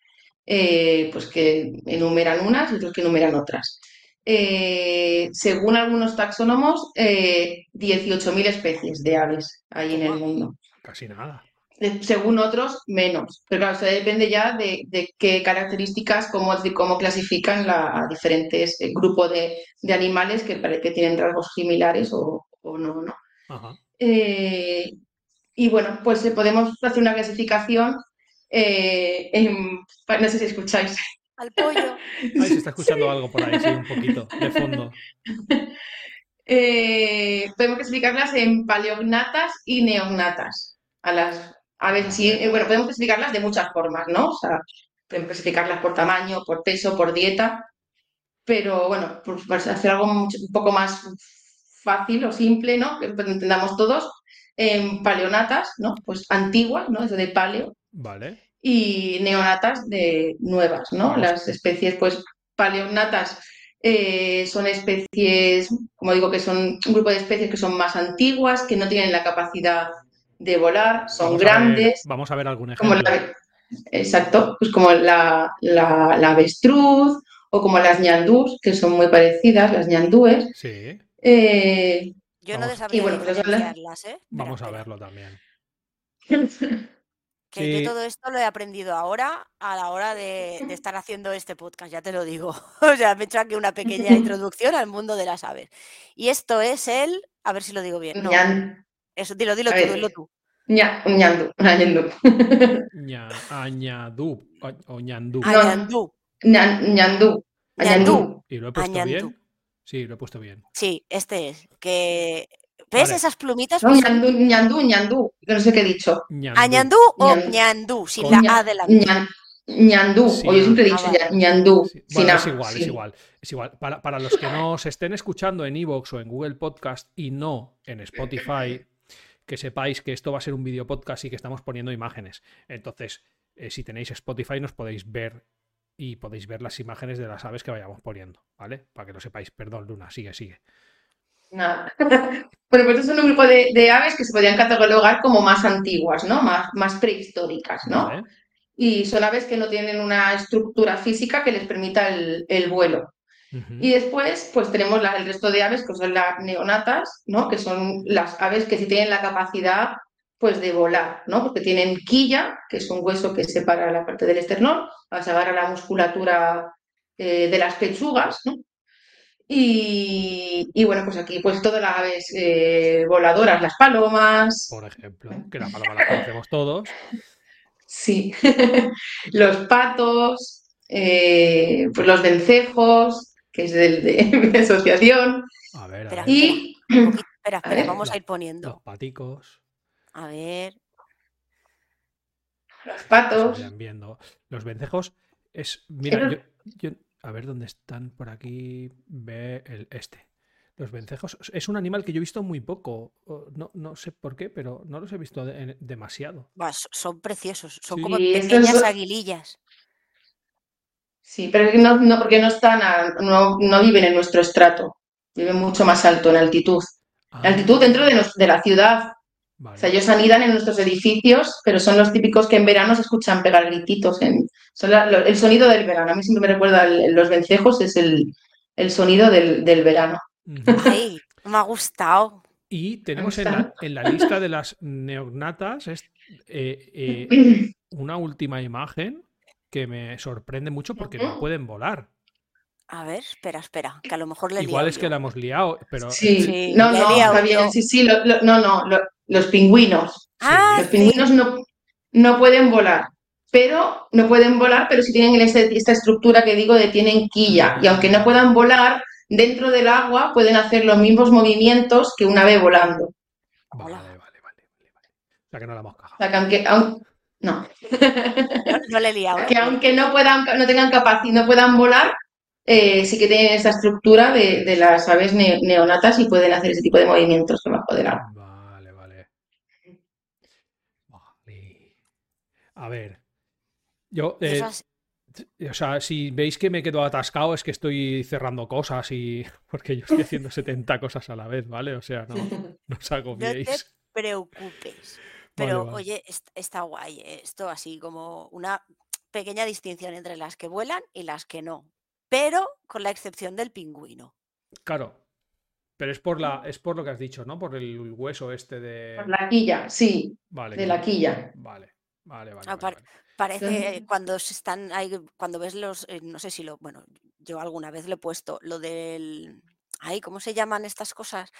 Speaker 4: eh, pues que enumeran unas y otros que enumeran otras. Eh, según algunos taxónomos, eh, 18.000 especies de aves hay en el mundo.
Speaker 2: Casi nada.
Speaker 4: De- eh, Según otros, menos. Pero claro, eso depende ya de, de qué características, cómo, de cómo clasifican la- a diferentes eh, grupos de, de animales que, pare- que tienen rasgos similares o, o no, ¿no?
Speaker 2: Ajá.
Speaker 4: Eh, y bueno, pues eh, podemos hacer una clasificación. eh, en- pa- no sé si escucháis.
Speaker 3: Al pollo.
Speaker 2: Ay, se está
Speaker 4: <laughs>
Speaker 2: escuchando algo por ahí, sí, un poquito, de fondo.
Speaker 4: Eh, podemos clasificarlas en paleognatas y neognatas. A las aves así, eh, bueno, podemos clasificarlas de muchas formas, ¿no? O sea, podemos clasificarlas por tamaño, por peso, por dieta, pero bueno, por, para hacer algo mucho- un poco más fácil o simple, ¿no? Que entendamos todos, en paleonatas, ¿no? Pues antiguas, ¿no? Eso de paleo,
Speaker 2: Vale.
Speaker 4: y neonatas de nuevas, ¿no? Las especies, pues, paleonatas eh, son especies, como digo, que son un grupo de especies que son más antiguas, que no tienen la capacidad de volar, son
Speaker 2: Vamos a ver-
Speaker 4: grandes,
Speaker 2: vamos a ver algún
Speaker 4: como
Speaker 2: ejemplo.
Speaker 4: la, exacto, pues como la, la- la avestruz o como las ñandús, que son muy parecidas, las ñandúes.
Speaker 2: Sí,
Speaker 4: Eh,
Speaker 3: Yo no
Speaker 2: Vamos-
Speaker 3: te
Speaker 2: Y
Speaker 3: sabría
Speaker 4: bueno, pues eso le-
Speaker 3: diferenciarlas, ¿eh? Espera,
Speaker 2: vamos a
Speaker 3: espera,
Speaker 2: verlo también.
Speaker 3: Que
Speaker 2: Sí.
Speaker 3: yo todo esto lo he aprendido ahora a la hora de, de estar haciendo este podcast, ya te lo digo. <laughs> O sea, me he hecho aquí una pequeña introducción al mundo de las aves. Y esto es el, a ver si lo digo bien. <laughs> No,
Speaker 4: ñan-
Speaker 3: eso dilo, dilo
Speaker 4: a
Speaker 3: tú,
Speaker 4: ver.
Speaker 3: dilo tú.
Speaker 4: ña- ñandú, <laughs> una ñandú.
Speaker 2: Ña- Añadú o- o ñandú.
Speaker 4: No.
Speaker 3: Añandú.
Speaker 4: Ñan- ñandú,
Speaker 3: Ñandú.
Speaker 2: ¿Y lo he puesto
Speaker 3: Añandú.
Speaker 2: bien? Sí, lo he puesto bien.
Speaker 3: Sí, este es. Que... ¿Ves
Speaker 2: Vale.
Speaker 3: esas plumitas?
Speaker 4: No,
Speaker 3: Pues son
Speaker 4: ñandú, ñandú, ñandú, que no sé qué he dicho.
Speaker 2: Ñandú.
Speaker 3: añandú o
Speaker 4: Ñandú.
Speaker 3: ñandú, sin
Speaker 2: Con
Speaker 3: la
Speaker 4: Ña-
Speaker 3: A delante.
Speaker 4: Ñan- ñandú,
Speaker 2: Sí,
Speaker 4: o yo siempre
Speaker 3: ah,
Speaker 4: he dicho
Speaker 3: vale.
Speaker 4: ya- ñandú.
Speaker 2: Sí,
Speaker 4: sin
Speaker 2: Bueno,
Speaker 4: A,
Speaker 2: es igual,
Speaker 4: sí.
Speaker 2: es igual, es igual. Para, para los que nos estén escuchando en Evox o en Google Podcast y no en Spotify, que sepáis que esto va a ser un video podcast y que estamos poniendo imágenes. Entonces, eh, si tenéis Spotify, nos podéis ver y podéis ver las imágenes de las aves que vayamos poniendo, ¿vale? Para que lo sepáis. Perdón, Luna, sigue, sigue.
Speaker 4: Nada. <laughs> Bueno, pues es un grupo de, de aves que se podrían catalogar como más antiguas, ¿no? Más, más prehistóricas, ¿no?
Speaker 2: Vale.
Speaker 4: Y son aves que no tienen una estructura física que les permita el, el vuelo.
Speaker 2: Ujú.
Speaker 4: Y después, pues tenemos la- el resto de aves que son las neonatas, ¿no? Que son las aves que sí tienen la capacidad, pues, de volar, ¿no? Porque tienen quilla, que es un hueso que separa la parte del esternón, para agarra la musculatura eh, de las pechugas, ¿no? Y, y, bueno, pues aquí, pues todas las aves eh, voladoras, las palomas,
Speaker 2: Por ejemplo, que la paloma la conocemos todos.
Speaker 4: sí, <laughs> los patos, eh, pues los vencejos, que es del- de <laughs> mi asociación,
Speaker 2: A ver, a
Speaker 3: Espera.
Speaker 2: ver.
Speaker 4: y
Speaker 3: Un poquito- espera, espera,
Speaker 4: ver.
Speaker 3: vamos a
Speaker 2: La-
Speaker 3: ir poniendo.
Speaker 2: Los paticos.
Speaker 3: A ver.
Speaker 4: Los patos.
Speaker 2: Vayan viendo. Los vencejos es. Mira, yo, yo- a ver dónde están por aquí. Ve el este. Los vencejos es un animal que yo he visto muy poco. o No, no sé por qué, pero no los he visto de- en- demasiado.
Speaker 3: Buah, so- son preciosos. Son
Speaker 2: Sí.
Speaker 3: como
Speaker 4: Sí, estos
Speaker 3: pequeñas
Speaker 4: son-
Speaker 3: aguilillas.
Speaker 4: Sí, pero no, no, porque no están, a- no, no viven en nuestro estrato. Viven mucho más alto, en altitud. En altitud dentro de, nos- de la ciudad. O
Speaker 2: Ah, Vale.
Speaker 4: sea, ellos anidan en nuestros edificios, pero son los típicos que en verano se escuchan pegar grititos. En, son la- lo- el sonido del verano. A mí siempre me recuerda el- los vencejos, es el, el sonido del, del verano. <clears throat>
Speaker 2: Ujú.
Speaker 3: Ay, me ha gustado.
Speaker 2: Y tenemos en la, en la lista de las neognatas es- eh, eh, una última imagen que me sorprende mucho porque no
Speaker 4: Ujú.
Speaker 2: pueden volar.
Speaker 3: A ver, espera, espera. Que a lo mejor le he
Speaker 2: Igual
Speaker 3: liado
Speaker 2: es que
Speaker 3: yo.
Speaker 2: la hemos liado, pero
Speaker 4: Sí,
Speaker 3: Sí,
Speaker 4: no,
Speaker 3: ya
Speaker 4: no,
Speaker 3: había
Speaker 4: está
Speaker 3: oído.
Speaker 4: bien, sí, sí, lo- lo- no, no, lo- los pingüinos.
Speaker 3: Ah,
Speaker 4: Los
Speaker 3: <laughs>
Speaker 4: pingüinos no, no pueden volar, pero no pueden volar, pero sí tienen ese- esta estructura que digo de tienen quilla. Y aunque no puedan volar, dentro del agua pueden hacer los mismos movimientos que una vez volando. O
Speaker 2: vale,
Speaker 3: Hola.
Speaker 2: vale, vale, vale, vale. O sea que no la hemos cagado.
Speaker 4: sea, que aunque, aun- no.
Speaker 3: No, no le he liado. ¿eh?
Speaker 4: que aunque no puedan, no tengan capacidad, no puedan volar, eh, sí que tienen esa estructura de, de las aves ne- neonatas y pueden hacer ese tipo de movimientos debajo del agua.
Speaker 2: <laughs> Vale, vale. Vale. A ver. Yo, eh,
Speaker 3: Eso es-
Speaker 2: t- o sea, si veis que me quedo atascado es que estoy cerrando cosas y <laughs> porque yo estoy haciendo 70 cosas a la vez, ¿vale? O sea, no,
Speaker 3: <laughs>
Speaker 2: no os agobiéis.
Speaker 3: preocupes. Pero
Speaker 2: vale.
Speaker 3: oye, est- está guay eh, esto, así como una pequeña distinción entre las que vuelan y las que no. Pero con la excepción del pingüino.
Speaker 2: Claro. Pero es por
Speaker 3: Mm.
Speaker 2: la, es por lo que has dicho, ¿no? Por el hueso este de.
Speaker 4: Por la quilla, sí,
Speaker 2: Vale,
Speaker 4: de
Speaker 2: que-
Speaker 4: la quilla.
Speaker 2: Vale, vale, vale.
Speaker 3: Ah,
Speaker 2: vale,
Speaker 3: par-
Speaker 2: vale.
Speaker 3: Parece
Speaker 4: Entonces-
Speaker 3: cuando se están ahí, cuando ves los, eh, no sé si lo, bueno, yo alguna vez lo he puesto, lo del, ay, ¿cómo se llaman estas cosas?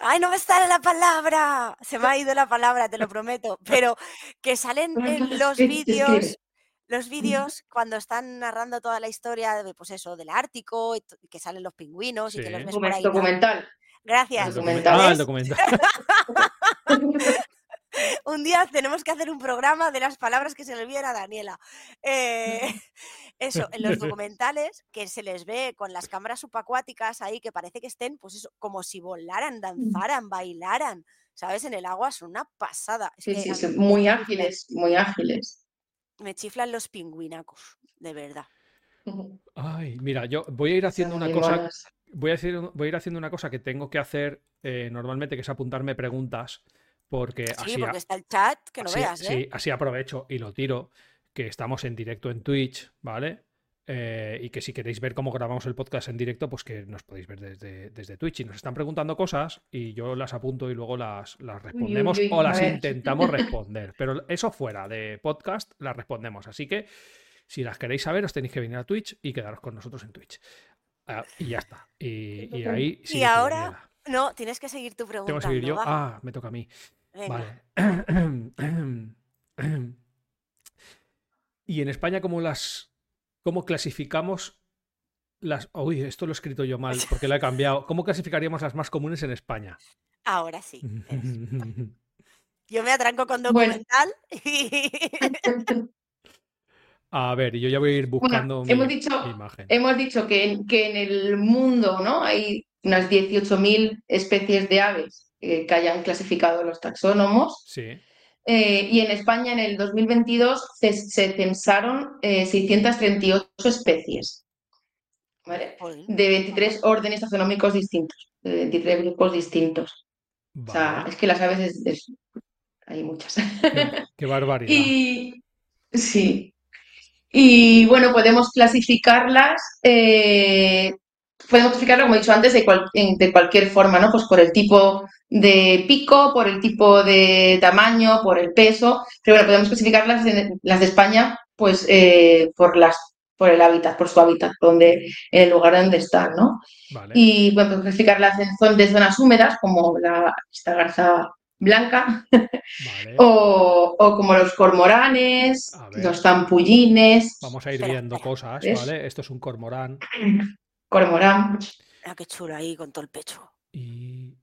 Speaker 3: Ay, no me sale la palabra, se me ha ido la palabra, te lo prometo, pero que salen en los
Speaker 4: Es- es que-
Speaker 3: vídeos, los vídeos cuando están narrando toda la historia de, pues eso, del Ártico, y t- que salen los pingüinos y que los
Speaker 2: Sí.
Speaker 3: ves por ahí. tal.
Speaker 4: Documental.
Speaker 2: El
Speaker 3: Gracias.
Speaker 2: documental.
Speaker 4: documentales.
Speaker 2: Ah, el documental.
Speaker 4: <laughs>
Speaker 3: un día tenemos que hacer un programa de las palabras que se le olvidan a Daniela.
Speaker 2: <laughs>
Speaker 3: Eh, <laughs> eso, en los documentales que se les ve con las cámaras subacuáticas ahí que parece que estén, pues eso, como si
Speaker 2: Mm.
Speaker 3: volaran, danzaran, bailaran, ¿sabes? En el agua es una pasada. Es
Speaker 4: Sí,
Speaker 3: que
Speaker 4: sí,
Speaker 3: a
Speaker 4: sí,
Speaker 3: mí
Speaker 4: muy
Speaker 3: me chiflan-
Speaker 4: ágiles, muy ágiles.
Speaker 3: Me chiflan los pingüinacos, de verdad.
Speaker 2: Ay, mira, yo voy a ir haciendo una
Speaker 4: Muy <laughs>
Speaker 2: cosa.
Speaker 4: monos.
Speaker 2: Voy a, hacer un- voy a ir haciendo una cosa que tengo que hacer eh, normalmente, que es apuntarme preguntas, porque
Speaker 3: Sí,
Speaker 2: así, a-
Speaker 3: porque está el chat, que no
Speaker 2: así-
Speaker 3: veas, ¿eh?
Speaker 2: sí, así aprovecho y lo tiro, que estamos en directo en Twitch, ¿vale? Eh, y que si queréis ver cómo grabamos el podcast en directo, pues que nos podéis ver desde, desde Twitch. Y nos están preguntando cosas y yo las apunto y luego las, las respondemos
Speaker 4: uy,
Speaker 2: o
Speaker 4: a
Speaker 2: las
Speaker 4: ver.
Speaker 2: intentamos
Speaker 4: <laughs>
Speaker 2: responder. Pero eso fuera de podcast, las respondemos. Así que si las queréis saber, os tenéis que venir a Twitch y quedaros con nosotros en Twitch. Ah, y ya está. Y, y ahí sigue tú,
Speaker 3: ahora
Speaker 2: Daniela.
Speaker 3: No, tienes que seguir tú
Speaker 2: Tengo
Speaker 3: preguntando.
Speaker 2: que seguir yo.
Speaker 3: va.
Speaker 2: Ah, me toca a mí.
Speaker 3: Venga.
Speaker 2: Vale. <clears throat> y en España, ¿cómo las. ¿Cómo clasificamos las. Uy, esto lo he escrito yo mal porque lo he
Speaker 4: <laughs>
Speaker 2: cambiado. ¿Cómo clasificaríamos las más comunes en España? <laughs>
Speaker 3: Ahora sí. es. Yo me atranco con
Speaker 4: Bueno.
Speaker 3: documental <laughs>
Speaker 2: <laughs>
Speaker 3: y...
Speaker 2: a ver, yo ya voy a ir buscando
Speaker 4: Bueno,
Speaker 2: mi,
Speaker 4: hemos
Speaker 2: mi
Speaker 4: dicho,
Speaker 2: imagen.
Speaker 4: hemos dicho que, en, que en el mundo ¿no? hay unas 18.000 especies de aves eh, que hayan clasificado los taxónomos.
Speaker 2: Sí.
Speaker 4: Eh, y en España en el 2022 se, se censaron eh, 638 especies. ¿Vale?
Speaker 3: Jolín.
Speaker 4: de 23 órdenes taxonómicos distintos, de 23 grupos distintos. O sea,
Speaker 2: Vale.
Speaker 4: es que las aves es- es- hay muchas.
Speaker 2: Qué, qué barbaridad.
Speaker 4: y sí. Y bueno, podemos clasificarlas, eh, podemos clasificarlas, como he dicho antes, de, cual- en- de cualquier forma, ¿no? Pues por el tipo de pico, por el tipo de tamaño, por el peso, pero bueno, podemos clasificarlas en- las de España, pues eh, por las, por el hábitat, por su hábitat, donde, en el lugar donde están, ¿no?
Speaker 2: Vale.
Speaker 4: y bueno, pues, clasificarlas en zon- de zonas húmedas, como la, esta garza blanca,
Speaker 2: vale.
Speaker 4: o, o como los cormoranes,
Speaker 2: ¿Eh? A ver.
Speaker 4: los zampullines,
Speaker 2: Vamos a ir
Speaker 3: Espera,
Speaker 2: viendo
Speaker 3: espera.
Speaker 2: cosas,
Speaker 4: ¿Ves?
Speaker 2: ¿vale? Esto es un cormorán.
Speaker 4: cormorán.
Speaker 2: <laughs>
Speaker 3: Ah, qué chulo ahí con todo el pecho.
Speaker 2: Y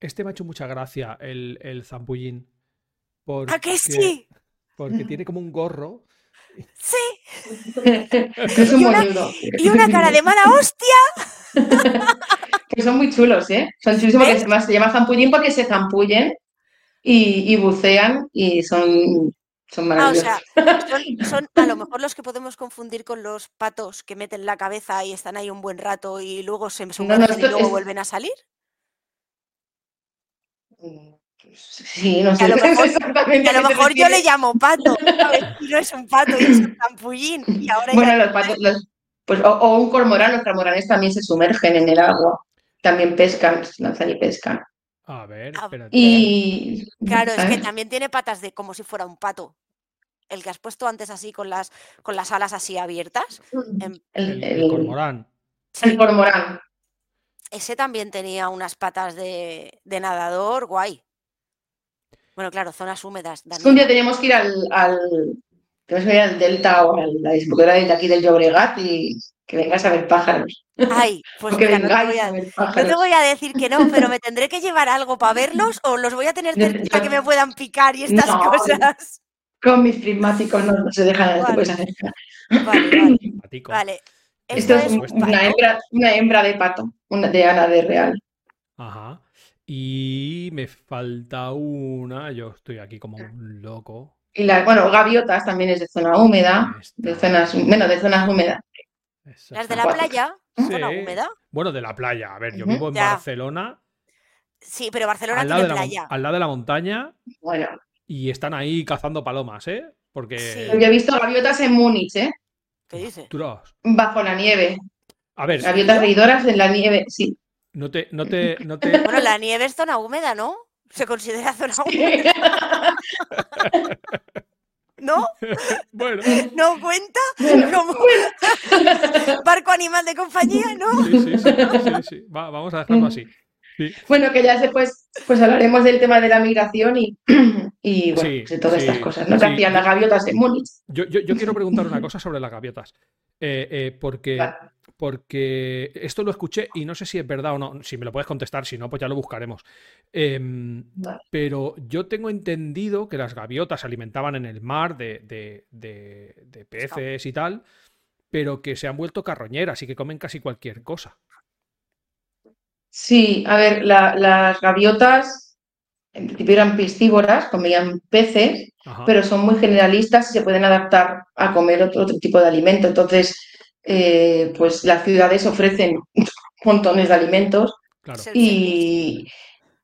Speaker 2: Este me ha hecho mucha gracia, el, el zambullín.
Speaker 3: ¿A
Speaker 2: porque-
Speaker 3: Ah, que sí?
Speaker 2: Porque tiene como un gorro.
Speaker 3: Sí.
Speaker 4: Que <laughs> es un
Speaker 3: Y una-
Speaker 4: moñudo.
Speaker 3: Y una cara de mala hostia.
Speaker 4: Que son muy chulos, ¿eh? Son chulísimos porque además se llama zampullín porque se zampullen y, y bucean y son, son
Speaker 3: Ah, o
Speaker 4: maravillosos.
Speaker 3: sea, son, son a lo mejor los que podemos confundir con los patos que meten la cabeza y están ahí un buen rato y luego se sumergen y
Speaker 4: esto
Speaker 3: luego
Speaker 4: es-
Speaker 3: vuelven a
Speaker 4: <laughs>
Speaker 3: salir.
Speaker 4: Sí, no
Speaker 3: Que
Speaker 4: sé.
Speaker 3: a
Speaker 4: <laughs>
Speaker 3: lo mejor-
Speaker 4: exactamente
Speaker 3: Que a
Speaker 4: qué
Speaker 3: lo
Speaker 4: te
Speaker 3: mejor yo le
Speaker 4: refieres.
Speaker 3: llamo
Speaker 4: <laughs>
Speaker 3: pato, ¿sabes? Y no es un pato, y es un zampullín. Y ahora
Speaker 4: Bueno,
Speaker 3: ya-
Speaker 4: los patos, los- pues, o, o un cormorán, los cormoranes también se sumergen en el agua. También pescan, se lanzan y pescan.
Speaker 2: A ver,
Speaker 3: A
Speaker 2: espérate.
Speaker 4: Y.
Speaker 3: Claro, es que
Speaker 4: ¿sabes?
Speaker 3: también tiene patas de como si fuera un pato. El que has puesto antes así con las, con las alas así abiertas. em,
Speaker 2: El,
Speaker 4: Mm,
Speaker 2: el
Speaker 4: El, el-
Speaker 2: cormorán.
Speaker 4: el cormorán.
Speaker 3: Ese también tenía unas patas de, de nadador, guay. Bueno, claro, zonas húmedas.
Speaker 4: Es que un
Speaker 3: Daniel.
Speaker 4: día tenemos que ir al, al, tenemos que ir al delta o a la distribuidora de aquí del Llobregat y que vengas a ver pájaros.
Speaker 3: Ay, pues
Speaker 4: O que
Speaker 3: mira, no te
Speaker 4: vengáis
Speaker 3: voy
Speaker 4: a...
Speaker 3: a,
Speaker 4: ver
Speaker 3: no te
Speaker 4: pájaros.
Speaker 3: voy a decir que no, pero me tendré que llevar algo
Speaker 4: <laughs>
Speaker 3: para verlos o los voy a tener
Speaker 4: No,
Speaker 3: cerquita que
Speaker 4: no.
Speaker 3: me puedan picar y estas
Speaker 4: No.
Speaker 3: cosas.
Speaker 4: Con mis prismáticos no, no se dejan, no te
Speaker 3: Vale.
Speaker 4: puedes acercar.
Speaker 3: Vale, vale,
Speaker 4: <laughs>
Speaker 2: Patico.
Speaker 3: vale.
Speaker 4: Esto es
Speaker 2: un-
Speaker 3: pato.
Speaker 4: una hembra, una hembra de pato, una de Ana de Real.
Speaker 2: Ajá. Y me falta una. Yo estoy aquí como un loco.
Speaker 4: Y la, bueno, gaviotas también es de zona húmeda, de
Speaker 2: Esta-
Speaker 4: zonas, bueno, de zonas húmedas.
Speaker 2: esa-
Speaker 3: Las de la
Speaker 4: Acuático.
Speaker 3: playa, zona
Speaker 2: Sí.
Speaker 3: húmeda.
Speaker 2: Bueno, de la playa. A ver, yo
Speaker 4: Ujú.
Speaker 2: vivo en
Speaker 3: Ya.
Speaker 2: Barcelona,
Speaker 3: Sí, pero Barcelona
Speaker 2: al lado,
Speaker 3: tiene
Speaker 2: de la, mon-
Speaker 3: playa.
Speaker 2: al lado de la montaña,
Speaker 4: Bueno,
Speaker 2: y están ahí cazando palomas, ¿eh? Porque.
Speaker 3: Sí.
Speaker 4: yo he visto gaviotas en Múnich, ¿eh?
Speaker 3: ¿Qué dices?
Speaker 2: Ostras.
Speaker 4: Bajo la nieve.
Speaker 2: A ver,
Speaker 4: Gaviotas reidoras en la nieve,
Speaker 3: <laughs>
Speaker 4: sí. <laughs>
Speaker 2: no te, no te, no te,
Speaker 3: Bueno, la nieve es zona húmeda, ¿no? Se considera zona húmeda, ¿no?
Speaker 2: Bueno,
Speaker 3: ¿No cuenta?
Speaker 4: Bueno,
Speaker 3: Como <laughs> barco animal de compañía, ¿no?
Speaker 2: sí, sí, sí, sí, sí. Va- vamos a dejarlo así.
Speaker 4: Bueno, que ya después pues hablaremos del tema de la migración y, <clears throat> y bueno,
Speaker 2: Sí,
Speaker 4: pues de todas
Speaker 2: sí,
Speaker 4: estas cosas, ¿no? Que
Speaker 2: sí.
Speaker 4: hacían las gaviotas en Múnich.
Speaker 2: Yo, yo- yo quiero preguntar una cosa sobre las gaviotas. Eh, eh, porque,
Speaker 4: Vale.
Speaker 2: porque esto lo escuché y no sé si es verdad o no. Si me lo puedes contestar, si no, pues ya lo buscaremos. Em,
Speaker 4: Vale.
Speaker 2: Pero yo tengo entendido que las gaviotas se alimentaban en el mar de, de- de- de peces y tal, pero que se han vuelto carroñeras y que comen casi cualquier cosa.
Speaker 4: Sí, a ver, la- las gaviotas en principio eran piscívoras, comían peces,
Speaker 2: Ajá.
Speaker 4: pero son muy generalistas y se pueden adaptar a comer otro, otro tipo de alimento. Entonces, eh, pues las ciudades ofrecen <laughs> montones de alimentos
Speaker 2: claro.
Speaker 3: Sí.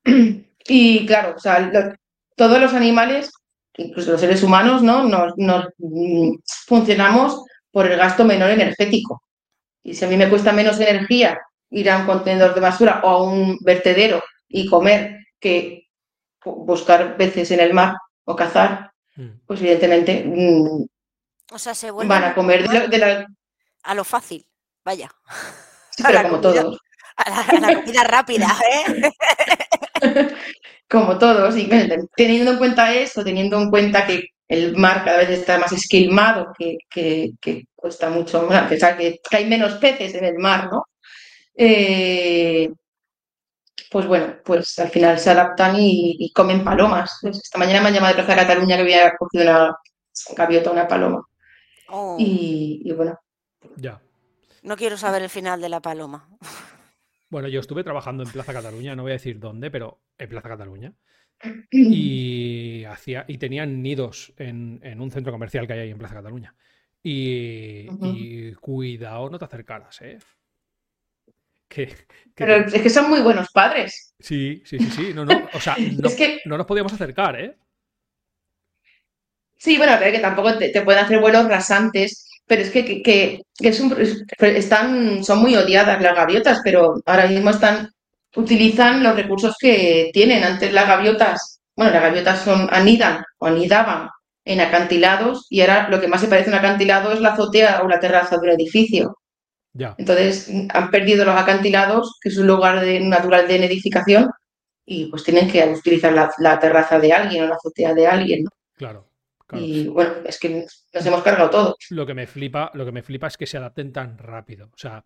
Speaker 4: Y, <clears throat> y claro, o sea, lo- todos los animales, incluso los seres humanos, ¿no? Nos, nos, mm, funcionamos por el gasto menor energético. Y si a mí me cuesta menos energía ir a un contenedor de basura o a un vertedero y comer que bu- buscar peces en el mar o cazar,
Speaker 2: Mm.
Speaker 4: pues evidentemente mm,
Speaker 3: O sea, se
Speaker 4: van
Speaker 3: vuelve
Speaker 4: a comer de, lo- de la...
Speaker 3: a lo fácil. Vaya,
Speaker 4: sí,
Speaker 3: A la
Speaker 4: pero como
Speaker 3: comida.
Speaker 4: todos,
Speaker 3: a la, a la comida
Speaker 4: <laughs>
Speaker 3: rápida, ¿eh?
Speaker 4: como todos, y bueno, teniendo en cuenta eso, teniendo en cuenta que el mar cada vez está más esquilmado, que, que, que cuesta mucho, bueno, a pesar que, que hay menos peces en el mar, ¿no? Eh, pues bueno, pues al final se adaptan y, y comen palomas. Pues esta mañana me han llamado de Plaza Cataluña que había cogido una gaviota, una paloma.
Speaker 3: Oh,
Speaker 4: Y, y bueno,
Speaker 2: Ya.
Speaker 3: no quiero saber el final de la paloma.
Speaker 2: Bueno, yo estuve trabajando en Plaza Cataluña, no voy a decir dónde, pero en Plaza Cataluña.
Speaker 4: y,
Speaker 2: y hacía y tenían nidos en, en un centro comercial que hay ahí en Plaza Cataluña. Y,
Speaker 4: Ujú.
Speaker 2: y cuidado, no te acercaras, ¿eh? Que, que-
Speaker 4: pero es que son muy buenos padres.
Speaker 2: sí, sí, sí, sí, no, no, o sea, no,
Speaker 4: <laughs> Es que
Speaker 2: no nos podíamos acercar, ¿eh?
Speaker 4: Sí, bueno, pero que tampoco te, te pueden hacer vuelos rasantes, pero es que, que, que- que es un, es- están, son muy odiadas las gaviotas, pero ahora mismo están, utilizan los recursos que tienen. Antes las gaviotas, bueno, las gaviotas son, anidan o anidaban en acantilados y ahora lo que más se parece a un acantilado es la azotea o la terraza de un edificio.
Speaker 2: Ya,
Speaker 4: Entonces mm, han perdido los acantilados, que es un lugar de- natural de nidificación, y pues tienen que utilizar la, la terraza de alguien o la azotea de alguien, ¿no?
Speaker 2: claro. claro.
Speaker 4: Y bueno, es que nos hemos cargado todo.
Speaker 2: Lo que me flipa, lo que me flipa es que se adapten tan rápido. O sea,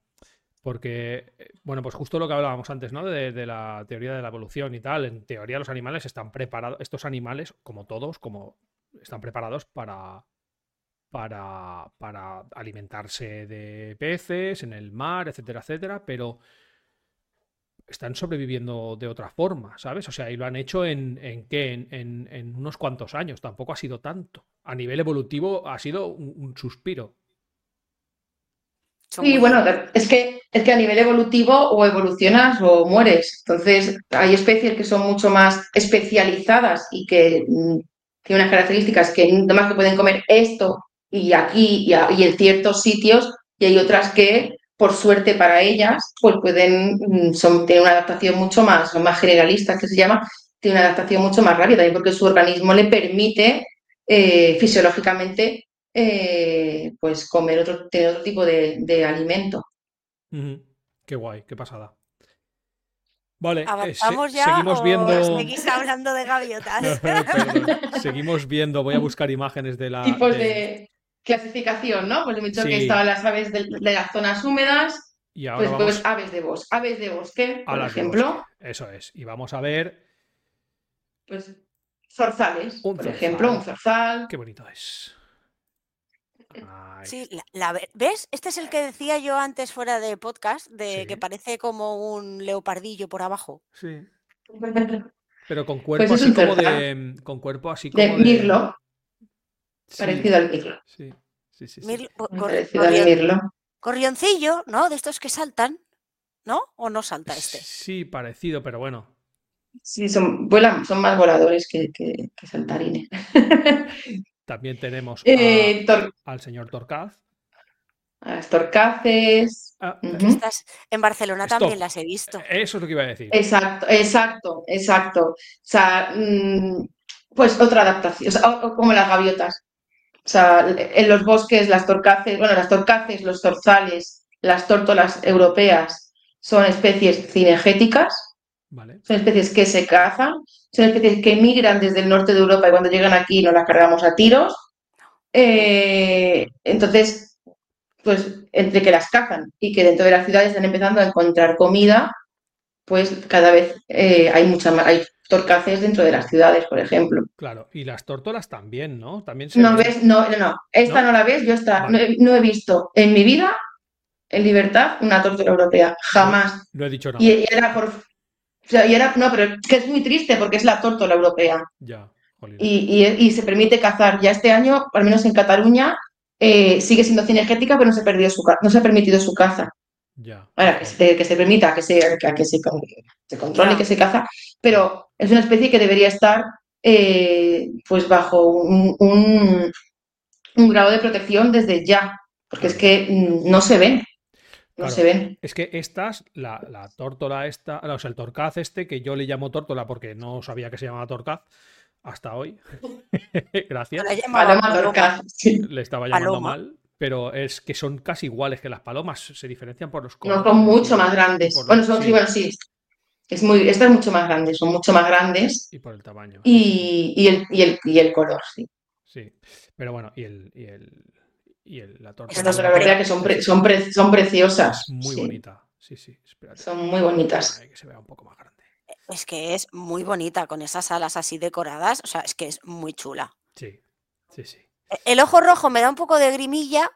Speaker 2: Porque, eh, bueno, pues justo lo que hablábamos antes, ¿no? De, de la teoría de la evolución y tal. En teoría, los animales están preparados, estos animales, como todos, como están preparados para, para, para alimentarse de peces en el mar, etcétera, etcétera, pero están sobreviviendo de otra forma, ¿sabes? O sea, y lo han hecho en, en qué, en, en- en unos cuantos años, tampoco ha sido tanto. A nivel evolutivo ha sido un, un suspiro.
Speaker 3: Son
Speaker 4: Sí,
Speaker 3: muy-
Speaker 2: Eh,
Speaker 4: bueno, de- es que, es que a nivel evolutivo o evolucionas o mueres. Entonces, hay especies que son mucho más especializadas y que mm, tienen unas características que nada más que pueden comer esto y aquí y, a- y en ciertos sitios, y hay otras que, por suerte para ellas, pues pueden mm, son, tienen una adaptación mucho más, son más generalistas, que se llama, tienen una adaptación mucho más rápida, también porque su organismo le permite eh, fisiológicamente eh, pues comer otro, tener otro tipo de, de alimento.
Speaker 2: Ujú. Qué guay, qué pasada. Vale, eh, se-
Speaker 3: ¿Avanzamos ya
Speaker 2: seguimos
Speaker 3: o <laughs>
Speaker 2: viendo.
Speaker 3: seguís hablando de gaviotas?
Speaker 2: <laughs> Perdón, seguimos viendo, voy a buscar imágenes de la.
Speaker 4: Tipos
Speaker 2: de-
Speaker 4: de clasificación, ¿no? Pues he dicho
Speaker 2: Ah, Sí.
Speaker 4: que estaban las aves de, de las zonas húmedas,
Speaker 2: Y
Speaker 4: pues,
Speaker 2: ahora vamos.
Speaker 4: pues aves de bosque, aves de bosque,
Speaker 2: A
Speaker 4: por
Speaker 2: las de
Speaker 4: ejemplo,
Speaker 2: Eso es. Y vamos a ver.
Speaker 4: pues zorzales,
Speaker 2: Un
Speaker 4: por
Speaker 2: zorzal.
Speaker 4: ejemplo, un zorzal.
Speaker 2: Qué bonito es. Ay,
Speaker 3: Sí, la, la ve- ¿ves? Este es el que decía yo antes fuera de podcast, de
Speaker 2: Sí.
Speaker 3: que parece como un leopardillo por abajo.
Speaker 2: sí.
Speaker 4: De
Speaker 2: Pero con cuerpo
Speaker 4: Pues es
Speaker 2: así
Speaker 4: un
Speaker 2: como de.
Speaker 4: zorzal.
Speaker 2: Con cuerpo así como de.
Speaker 4: mirlo,
Speaker 2: Sí,
Speaker 4: parecido al mirlo.
Speaker 2: Sí, sí, sí. sí.
Speaker 3: Mirlo- co-
Speaker 4: muy
Speaker 3: cor-
Speaker 4: parecido al
Speaker 3: corrion-
Speaker 4: mirlo.
Speaker 3: corrioncillo, ¿no? De estos que saltan, ¿no? ¿O no salta este?
Speaker 2: Sí, parecido, pero bueno.
Speaker 4: Sí, son, vuelan, son más voladores que, que- que saltarines. <laughs>
Speaker 2: También tenemos a- Ah.
Speaker 4: Eh, tor-
Speaker 2: al señor Torcaz.
Speaker 4: Astorcaces.
Speaker 2: Ah,
Speaker 4: ujú.
Speaker 3: Estas en Barcelona
Speaker 2: Stop. Eh,
Speaker 3: también las he visto.
Speaker 2: eso es lo que iba a
Speaker 4: Eh,
Speaker 2: decir.
Speaker 4: Exacto, exacto, exacto. O sea, mm, pues otra adaptación, o sea, o- o como las gaviotas. O sea, en los bosques, las torcaces, bueno, las torcaces, los zorzales, las tórtolas europeas son especies cinegéticas,
Speaker 2: Vale.
Speaker 4: son especies que se cazan, son especies que migran desde el norte de Europa y cuando llegan aquí nos las cargamos a tiros. Eh, entonces, pues entre que las cazan y que dentro de las ciudades están empezando a encontrar comida, pues cada vez eh, hay mucha más, hay torcaces dentro de las ciudades, por ejemplo.
Speaker 2: Claro. Y las tórtolas también, ¿no? También se ven.
Speaker 4: No ves, no, no, no, esta
Speaker 2: ¿No?
Speaker 4: no, la ves, yo esta
Speaker 2: Vale.
Speaker 4: no, he, no he visto en mi vida, en libertad, una tórtola europea, jamás.
Speaker 2: No he dicho nada.
Speaker 4: Y, y era por, o sea, y era, no, pero es que es muy triste porque es la tórtola europea.
Speaker 2: Ya. jolín.
Speaker 4: y, y- y se permite cazar. Ya este año, al menos en Cataluña, eh, sigue siendo cinegética, pero no se, perdió su, ca- no se ha permitido su caza.
Speaker 2: Ya.
Speaker 4: Ahora, que se, que se permita, que se, que, que se, con- se controle, que se caza, pero es una especie que debería estar eh, pues bajo un, un- un grado de protección desde ya, porque es que mm, no se ven. No
Speaker 2: Claro.
Speaker 4: se ven.
Speaker 2: Es que estas, la, la tórtola esta, ah, o sea, el torcaz este, que yo le llamo tórtola porque no sabía que se llamaba torcaz hasta hoy. <laughs>
Speaker 3: Yo
Speaker 2: Gracias.
Speaker 3: la llamaba
Speaker 4: Paloma
Speaker 3: paloma.
Speaker 4: torcaz, sí.
Speaker 2: <laughs> Le estaba llamando
Speaker 3: Paloma.
Speaker 2: mal, pero es que son casi iguales que las palomas, se diferencian por los
Speaker 4: No,
Speaker 2: colores.
Speaker 4: son mucho
Speaker 2: y-
Speaker 4: más grandes.
Speaker 2: por lo-
Speaker 4: Bueno, son, sí,
Speaker 2: sí,
Speaker 4: bueno, sí. Es muy, estas mucho más grandes, son mucho más grandes.
Speaker 2: Y por el tamaño.
Speaker 4: y, y el, y, el, y el color, sí.
Speaker 2: Sí. Pero bueno, y el. Y el y el- la tórtola.
Speaker 4: Estas
Speaker 3: Estas
Speaker 4: son
Speaker 3: son
Speaker 4: la
Speaker 2: blanca
Speaker 4: verdad que son, pre- son, pre- son preciosas.
Speaker 2: es muy
Speaker 4: sí.
Speaker 2: bonita. Sí, sí, espérate.
Speaker 4: Son muy bonitas.
Speaker 2: <laughs> Ay, que se vea un poco más grande.
Speaker 3: Es que es muy bonita con esas alas así decoradas. O sea, es que es muy chula.
Speaker 2: Sí, sí, sí.
Speaker 3: E- El ojo rojo me da un poco de grimilla,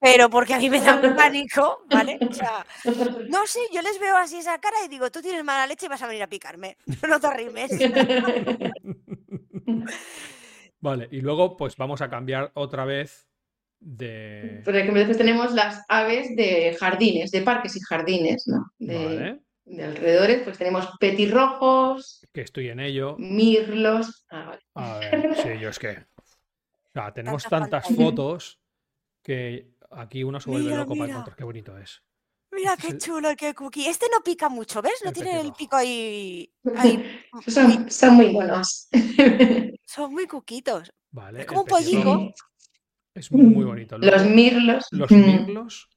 Speaker 3: pero porque a mí me da un pánico, ¿vale? O sea,
Speaker 2: Eh.
Speaker 3: no sé, yo les veo así esa cara y digo, tú tienes mala leche y vas a venir a picarme. <laughs> No te arrimes.
Speaker 2: Vale, y luego pues vamos a cambiar otra vez de...
Speaker 4: Por ejemplo, después tenemos las aves de jardines, de parques y jardines, ¿no? De,
Speaker 2: Vale,
Speaker 4: de alrededores, pues tenemos petirrojos,
Speaker 2: que estoy en ello.
Speaker 4: mm. mirlos. Ah, vale. <laughs>
Speaker 2: A ver, sí, yo es que... O sea, tenemos
Speaker 3: Tantas
Speaker 2: tantas
Speaker 3: pantallas.
Speaker 2: fotos que aquí uno se vuelve
Speaker 3: Mira,
Speaker 2: loco para
Speaker 3: mira.
Speaker 2: encontrar. Qué bonito es.
Speaker 3: Mira
Speaker 2: Ese es
Speaker 3: qué
Speaker 2: el-
Speaker 3: chulo, qué cookie. Este no pica mucho, ¿ves? No
Speaker 2: El
Speaker 3: tiene el
Speaker 2: petirrojo.
Speaker 3: pico ahí. ahí. muy-
Speaker 4: <laughs> Son, son muy buenos. <laughs>
Speaker 3: son muy cuquitos.
Speaker 2: Vale,
Speaker 3: Es como
Speaker 2: el
Speaker 3: un pollico.
Speaker 2: pelirrojo Es muy bonito.
Speaker 4: Mm. Los
Speaker 2: Luego,
Speaker 4: mirlos.
Speaker 2: los
Speaker 4: mm,
Speaker 2: mirlos.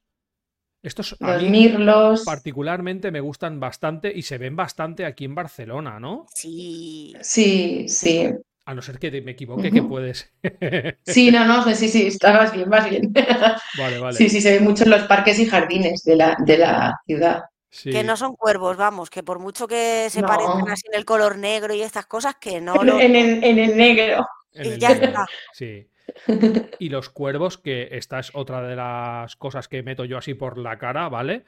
Speaker 2: Estos a
Speaker 4: Los
Speaker 2: mí
Speaker 4: mirlos.
Speaker 2: particularmente me gustan bastante y se ven bastante aquí en Barcelona, ¿no?
Speaker 3: Sí.
Speaker 4: Sí, sí.
Speaker 2: A no ser que te- me equivoque, que
Speaker 4: Ujú.
Speaker 2: puedes.
Speaker 4: Sí, no, no, sí, sí, sí, está- vas bien, vas bien.
Speaker 2: <laughs> Vale, vale.
Speaker 4: Sí, sí, se ve mucho en los parques y jardines de la, de la ciudad.
Speaker 3: Que
Speaker 2: Sí.
Speaker 3: no son cuervos, vamos, que por mucho que se
Speaker 4: No.
Speaker 3: parezcan así en el color negro y estas cosas, que no lo.
Speaker 4: En el, en el negro.
Speaker 2: en
Speaker 3: y
Speaker 2: el
Speaker 3: ya
Speaker 2: libro,
Speaker 3: está. <laughs>
Speaker 2: Sí. Y los cuervos, que esta es otra de las cosas que meto yo así por la cara, ¿vale?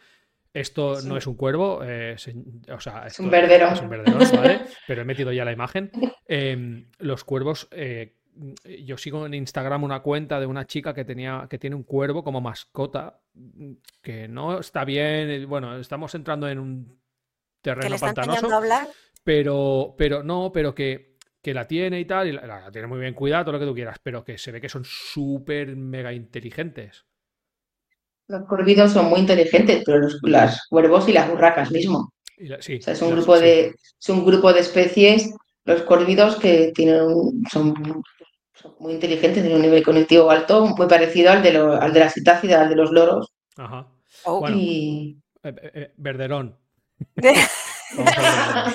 Speaker 2: Esto
Speaker 4: Sí.
Speaker 2: no es un cuervo, eh, se- o sea,
Speaker 4: Es un
Speaker 2: esto-
Speaker 4: verdero.
Speaker 2: es un verderón,
Speaker 3: <laughs>
Speaker 2: ¿vale? Pero he metido ya la imagen. Em, los cuervos, eh, yo sigo en Instagram una cuenta de una chica que tenía, que tiene un cuervo como mascota, mm, que no está bien. eh, Bueno, estamos entrando en un
Speaker 3: Que
Speaker 2: terreno
Speaker 3: le están
Speaker 2: pantanoso.
Speaker 3: enseñando a hablar. <laughs>
Speaker 2: Pero, pero no, pero que, que la tiene y tal, y la, la tiene muy bien cuidada, todo lo que tú quieras, pero que se ve que son súper mega inteligentes.
Speaker 4: Los corvidos son muy inteligentes, pero los las cuervos y las burracas mismo.
Speaker 2: Y la- sí,
Speaker 4: O sea, es un
Speaker 2: las-
Speaker 4: grupo
Speaker 2: sí.
Speaker 4: de, es un grupo de especies, los corvidos, que tienen un- son, son muy inteligentes, tienen un nivel cognitivo alto, muy parecido al de, lo- al de la citácida, al de los loros.
Speaker 2: Ajá.
Speaker 3: Oh.
Speaker 2: Bueno.
Speaker 4: Y...
Speaker 2: Eh, eh, eh, verderón. Vamos a verderón.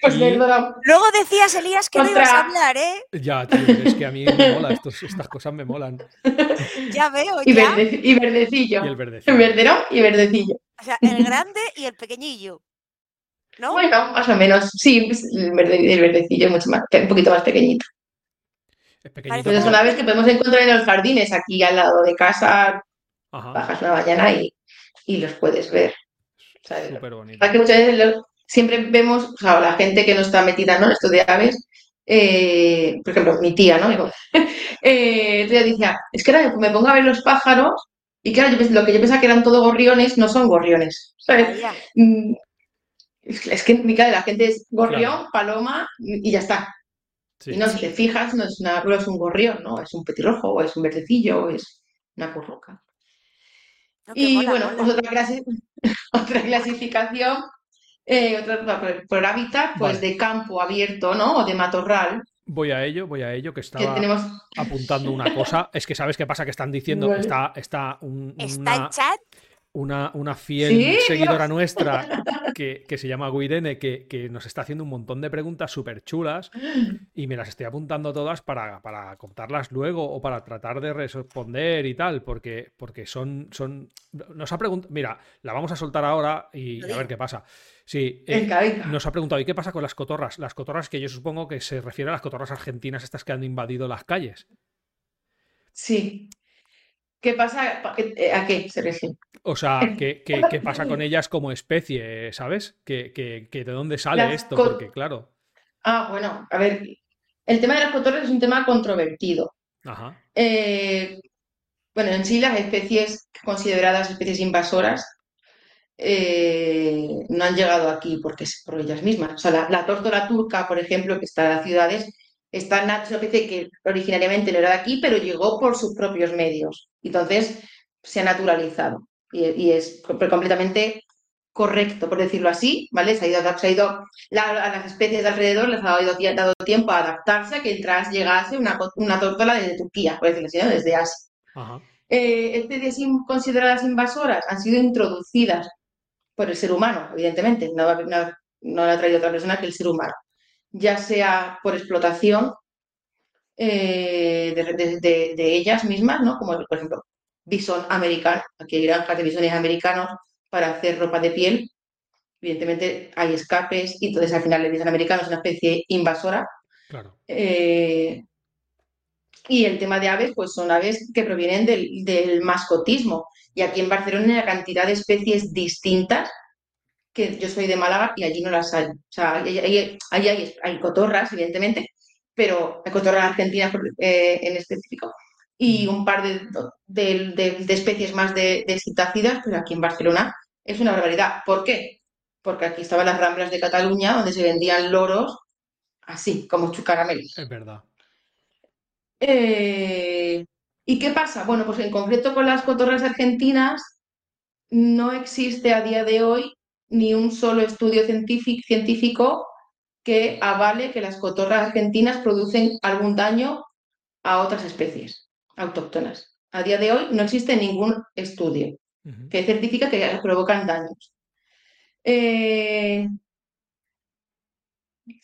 Speaker 4: Pues
Speaker 2: Y-
Speaker 4: perdón,
Speaker 3: Luego decías, Elías, que no ibas a
Speaker 4: Otra.
Speaker 3: hablar, ¿eh?
Speaker 2: Ya, tío, es que a mí me mola, estos- estas cosas me molan.
Speaker 3: Ya veo,
Speaker 4: y,
Speaker 3: ya.
Speaker 4: verde- y verdecillo.
Speaker 2: Y el
Speaker 4: <laughs>
Speaker 2: verdecillo.
Speaker 4: El verdero y verdecillo.
Speaker 3: O sea, el grande y el pequeñillo. ¿No?
Speaker 4: Bueno, más o menos. Sí, pues, el, verde- el verdecillo es mucho más, un poquito más pequeñito.
Speaker 2: Es pequeñito.
Speaker 4: Pues es una vez que podemos encontrar en los jardines, aquí al lado de casa,
Speaker 2: Ajá.
Speaker 4: bajas una mañana y, y los puedes ver. O sea,
Speaker 2: Súper bonito.
Speaker 4: verdad que muchas veces lo- siempre vemos, o sea, la gente que no está metida ¿no? en esto de aves, eh, por ejemplo, mi tía, ¿no? Digo, <laughs> eh, el otro día decía, es que ahora me pongo a ver los pájaros y claro, yo pens- lo que yo pensaba que eran todos gorriones, no son gorriones. ¿sabes?
Speaker 3: Vaya.
Speaker 4: Mm, Es es que en mi casa la gente es gorrión,
Speaker 2: Claro.
Speaker 4: paloma y y ya está.
Speaker 2: Sí.
Speaker 4: Y no, si te fijas, no es, una, no es un gorrión, ¿no? Es un petirrojo, o es un verdecillo, o es una curruca.
Speaker 3: No, que
Speaker 4: Y
Speaker 3: mola,
Speaker 4: bueno,
Speaker 3: mola.
Speaker 4: pues otra, clase, <laughs> otra clasificación, eh, otra otra por, por hábitat, pues
Speaker 2: Vale.
Speaker 4: de campo abierto, ¿no? O de matorral,
Speaker 2: Voy a ello, voy a ello, que
Speaker 4: que
Speaker 2: estaba
Speaker 4: tenemos.
Speaker 2: apuntando una cosa. Es que sabes qué pasa, que están diciendo,
Speaker 4: <laughs> Vale.
Speaker 2: está, está un-
Speaker 3: Está
Speaker 2: una,
Speaker 3: el chat.
Speaker 2: una, una fiel
Speaker 4: Sí,
Speaker 2: seguidora
Speaker 4: <laughs>
Speaker 2: nuestra que, que se llama Guirene, que, que nos está haciendo un montón de preguntas súper chulas y me las estoy apuntando todas para, para contarlas luego o para tratar de responder y tal, porque, porque son, son... Nos ha preguntado... Mira, la vamos a soltar ahora y a ver qué pasa. Sí, eh,
Speaker 4: Venga, venga.
Speaker 2: nos ha preguntado, ¿y qué pasa con las cotorras? Las cotorras que yo supongo que se refiere a las cotorras argentinas estas que han invadido las calles.
Speaker 4: Sí. ¿Qué pasa? Pa- que- eh, ¿A qué se refiere?
Speaker 2: O sea, ¿qué, qué- qué pasa con ellas como especie, sabes? ¿Que, que- que de dónde sale
Speaker 4: Las
Speaker 2: esto?
Speaker 4: co-
Speaker 2: Porque, claro.
Speaker 4: Ah, bueno, a ver. El tema de las cotorras es un tema controvertido.
Speaker 2: Ajá.
Speaker 4: Eh, bueno, en sí las especies consideradas especies invasoras eh, no han llegado aquí porque es por ellas mismas. O sea, la, la tórtola turca, por ejemplo, que está en las ciudades, está na- es una especie que originariamente no era de aquí, pero llegó por sus propios medios. Entonces se ha naturalizado y, y es co- completamente correcto, por decirlo así, ¿vale? Se ha ido, adap- se ha ido la- a las especies de alrededor les ha ido- dado tiempo a adaptarse a que tras llegase una, co- una tórtola desde Turquía, por decirlo así, ¿no? desde Asia.
Speaker 2: Ajá.
Speaker 4: Eh, especies in- consideradas invasoras han sido introducidas por el ser humano, evidentemente, no, va- no, no la ha traído otra persona que el ser humano, ya sea por explotación eh, de, de- de- de ellas mismas, ¿no? como por ejemplo bisón americano, aquí hay granjas de bisones americanos para hacer ropa de piel, evidentemente hay escapes y entonces al final el bisón americano es una especie invasora
Speaker 2: Claro.
Speaker 4: eh, y el tema de aves, pues son aves que provienen del, del mascotismo. Y aquí en Barcelona hay una cantidad de especies distintas, que yo soy de Málaga y allí no las hay. O sea, ahí hay, ahí hay- hay cotorras, evidentemente, pero hay cotorras argentinas por- eh, en específico. Y un par de, de- de- de especies más de, de citácidas, pero aquí en Barcelona es una barbaridad. ¿Por qué? Porque aquí estaban las ramblas de Cataluña, donde se vendían loros así, como chucaramelos.
Speaker 2: Es verdad.
Speaker 4: Eh, ¿y qué pasa? Bueno, pues en concreto con las cotorras argentinas no existe a día de hoy ni un solo estudio científic- científico que avale que las cotorras argentinas producen algún daño a otras especies autóctonas. A día de hoy no existe ningún estudio
Speaker 2: Ujú.
Speaker 4: que certifica que provocan daños. Eh,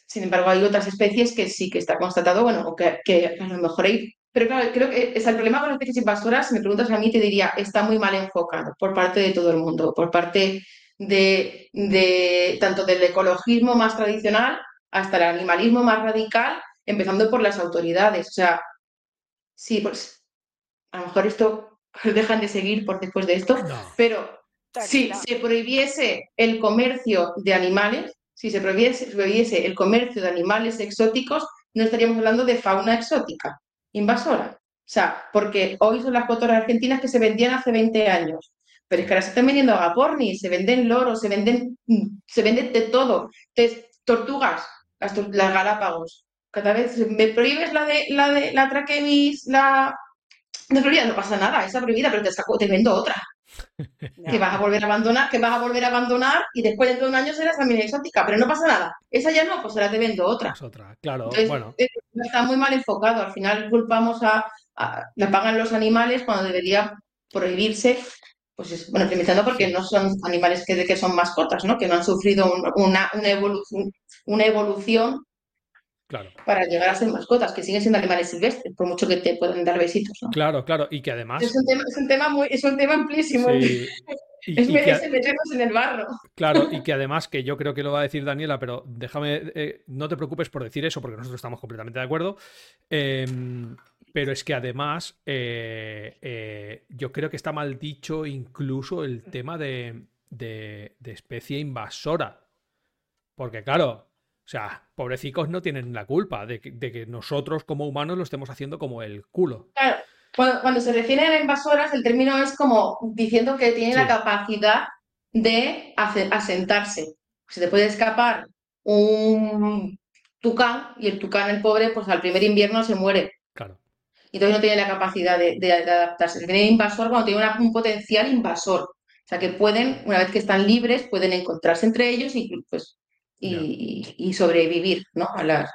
Speaker 4: Sin embargo, hay otras especies que sí que está constatado, bueno, o que, que a lo mejor hay. Pero claro, creo que es el problema con las especies invasoras, si me preguntas a mí, te diría, está muy mal enfocado por parte de todo el mundo, por parte de, de tanto del ecologismo más tradicional hasta el animalismo más radical, empezando por las autoridades. O sea, sí, pues a lo mejor esto <laughs> dejan de seguir por después de esto,
Speaker 2: No.
Speaker 4: pero si
Speaker 3: Tranquila.
Speaker 4: se prohibiese el comercio de animales, si se prohibiese, prohibiese el comercio de animales exóticos, no estaríamos hablando de fauna exótica, invasora. O sea, porque hoy son las cotorras argentinas que se vendían hace 20 años. Pero es que ahora se están vendiendo agapornis, se venden loros, se venden, mm, se venden de todo. Te- tortugas, las, tor- las galápagos. Cada vez me prohíbes la de la de la traquemis, la de Florida, no pasa nada, está prohibida, pero te saco, te vendo otra que vas a volver a abandonar, que vas a volver a abandonar y después dentro de un año serás también exótica, pero no pasa nada. Esa ya no, pues ahora te vendo otra.
Speaker 2: Es otra. Claro,
Speaker 4: Entonces,
Speaker 2: bueno.
Speaker 4: eh, está muy mal enfocado. Al final culpamos a, a- la pagan los animales cuando debería prohibirse, pues es- bueno, limitando porque no son animales que, que son mascotas, ¿no? Que no han sufrido un- una, una evolución, una evolución
Speaker 2: Claro,
Speaker 4: para llegar a ser mascotas, que siguen siendo animales silvestres, por mucho que te puedan dar besitos, ¿no?
Speaker 2: claro, claro. Y que además.
Speaker 4: Es un tema, es un tema muy, es un tema amplísimo.
Speaker 2: Ah, sí, y-
Speaker 4: <laughs> Es,
Speaker 2: y
Speaker 4: me-
Speaker 2: que-
Speaker 4: es meternos en el barro.
Speaker 2: Claro, y que además, que yo creo que lo va a decir Daniela, pero déjame, eh, no te preocupes por decir eso, porque nosotros estamos completamente de acuerdo. Em, pero es que además, eh, eh, yo creo que está mal dicho incluso el tema de, de- de especie invasora. Porque claro, o sea, pobrecicos no tienen la culpa de que, de que nosotros como humanos lo estemos haciendo como el culo.
Speaker 4: Claro, cuando, cuando se refiere a invasoras, el término es como diciendo que tiene la
Speaker 2: Sí.
Speaker 4: capacidad de ace- asentarse. Se te puede escapar un tucán y el tucán, el pobre, pues al primer invierno se muere.
Speaker 2: Claro,
Speaker 4: Y entonces no tiene la capacidad de, de- de adaptarse. Se tiene invasor cuando tiene una- un potencial invasor. O sea, que pueden, una vez que están libres, pueden encontrarse entre ellos y, pues, y, y sobrevivir, ¿no? A las,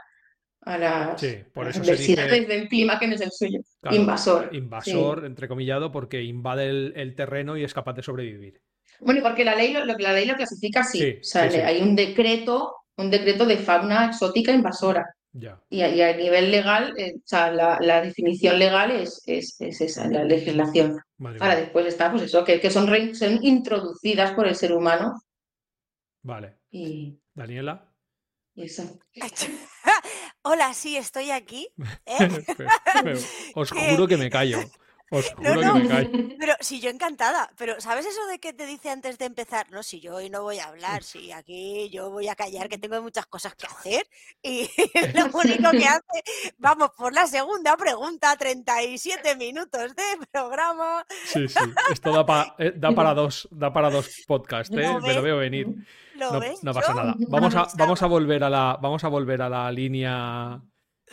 Speaker 4: a las,
Speaker 2: sí, por
Speaker 4: a las
Speaker 2: eso se dice
Speaker 4: adversidades del clima que no es el suyo.
Speaker 2: claro,
Speaker 4: Invasor.
Speaker 2: invasor, entrecomillado, porque invade el- el terreno y es capaz de sobrevivir.
Speaker 4: Bueno, y porque la ley lo, lo- la ley lo clasifica así.
Speaker 2: Sí,
Speaker 4: o sea,
Speaker 2: sí,
Speaker 4: le-
Speaker 2: sí.
Speaker 4: hay un decreto, un decreto de fauna exótica invasora.
Speaker 2: Ya.
Speaker 4: Y a, y a nivel legal, eh, o sea, la, la definición legal es, es, es esa, la legislación.
Speaker 2: Vale,
Speaker 4: Ahora
Speaker 2: vale,
Speaker 4: después está, pues eso, que, que son, rein- son introducidas por el ser humano
Speaker 2: vale.
Speaker 4: y,
Speaker 3: <laughs>
Speaker 2: Daniela. <laughs>
Speaker 4: y eso.
Speaker 3: Hola, sí, estoy aquí. ¿eh?
Speaker 2: Pero- pero Os juro que me callo. Os juro
Speaker 3: No,
Speaker 2: que me
Speaker 3: no.
Speaker 2: callo.
Speaker 3: Pero sí, yo encantada. Pero ¿sabes eso de que te dice antes de empezar? No, si yo hoy no voy a hablar, si aquí yo voy a callar, que tengo muchas cosas que hacer.
Speaker 2: <laughs>
Speaker 3: Y <laughs> lo único que hace, vamos, por la segunda pregunta, 37 minutos de programa.
Speaker 2: Sí, sí. Esto da, pa- eh, da para dos, da para dos podcasts, ¿eh?
Speaker 3: ¿Lo
Speaker 2: Me lo
Speaker 3: ves?
Speaker 2: veo venir.
Speaker 3: ¿Lo
Speaker 2: No,
Speaker 3: ves?
Speaker 2: no pasa
Speaker 3: yo?
Speaker 2: nada. Vamos a,
Speaker 3: Avisaba.
Speaker 2: vamos a volver a la, vamos a volver a la línea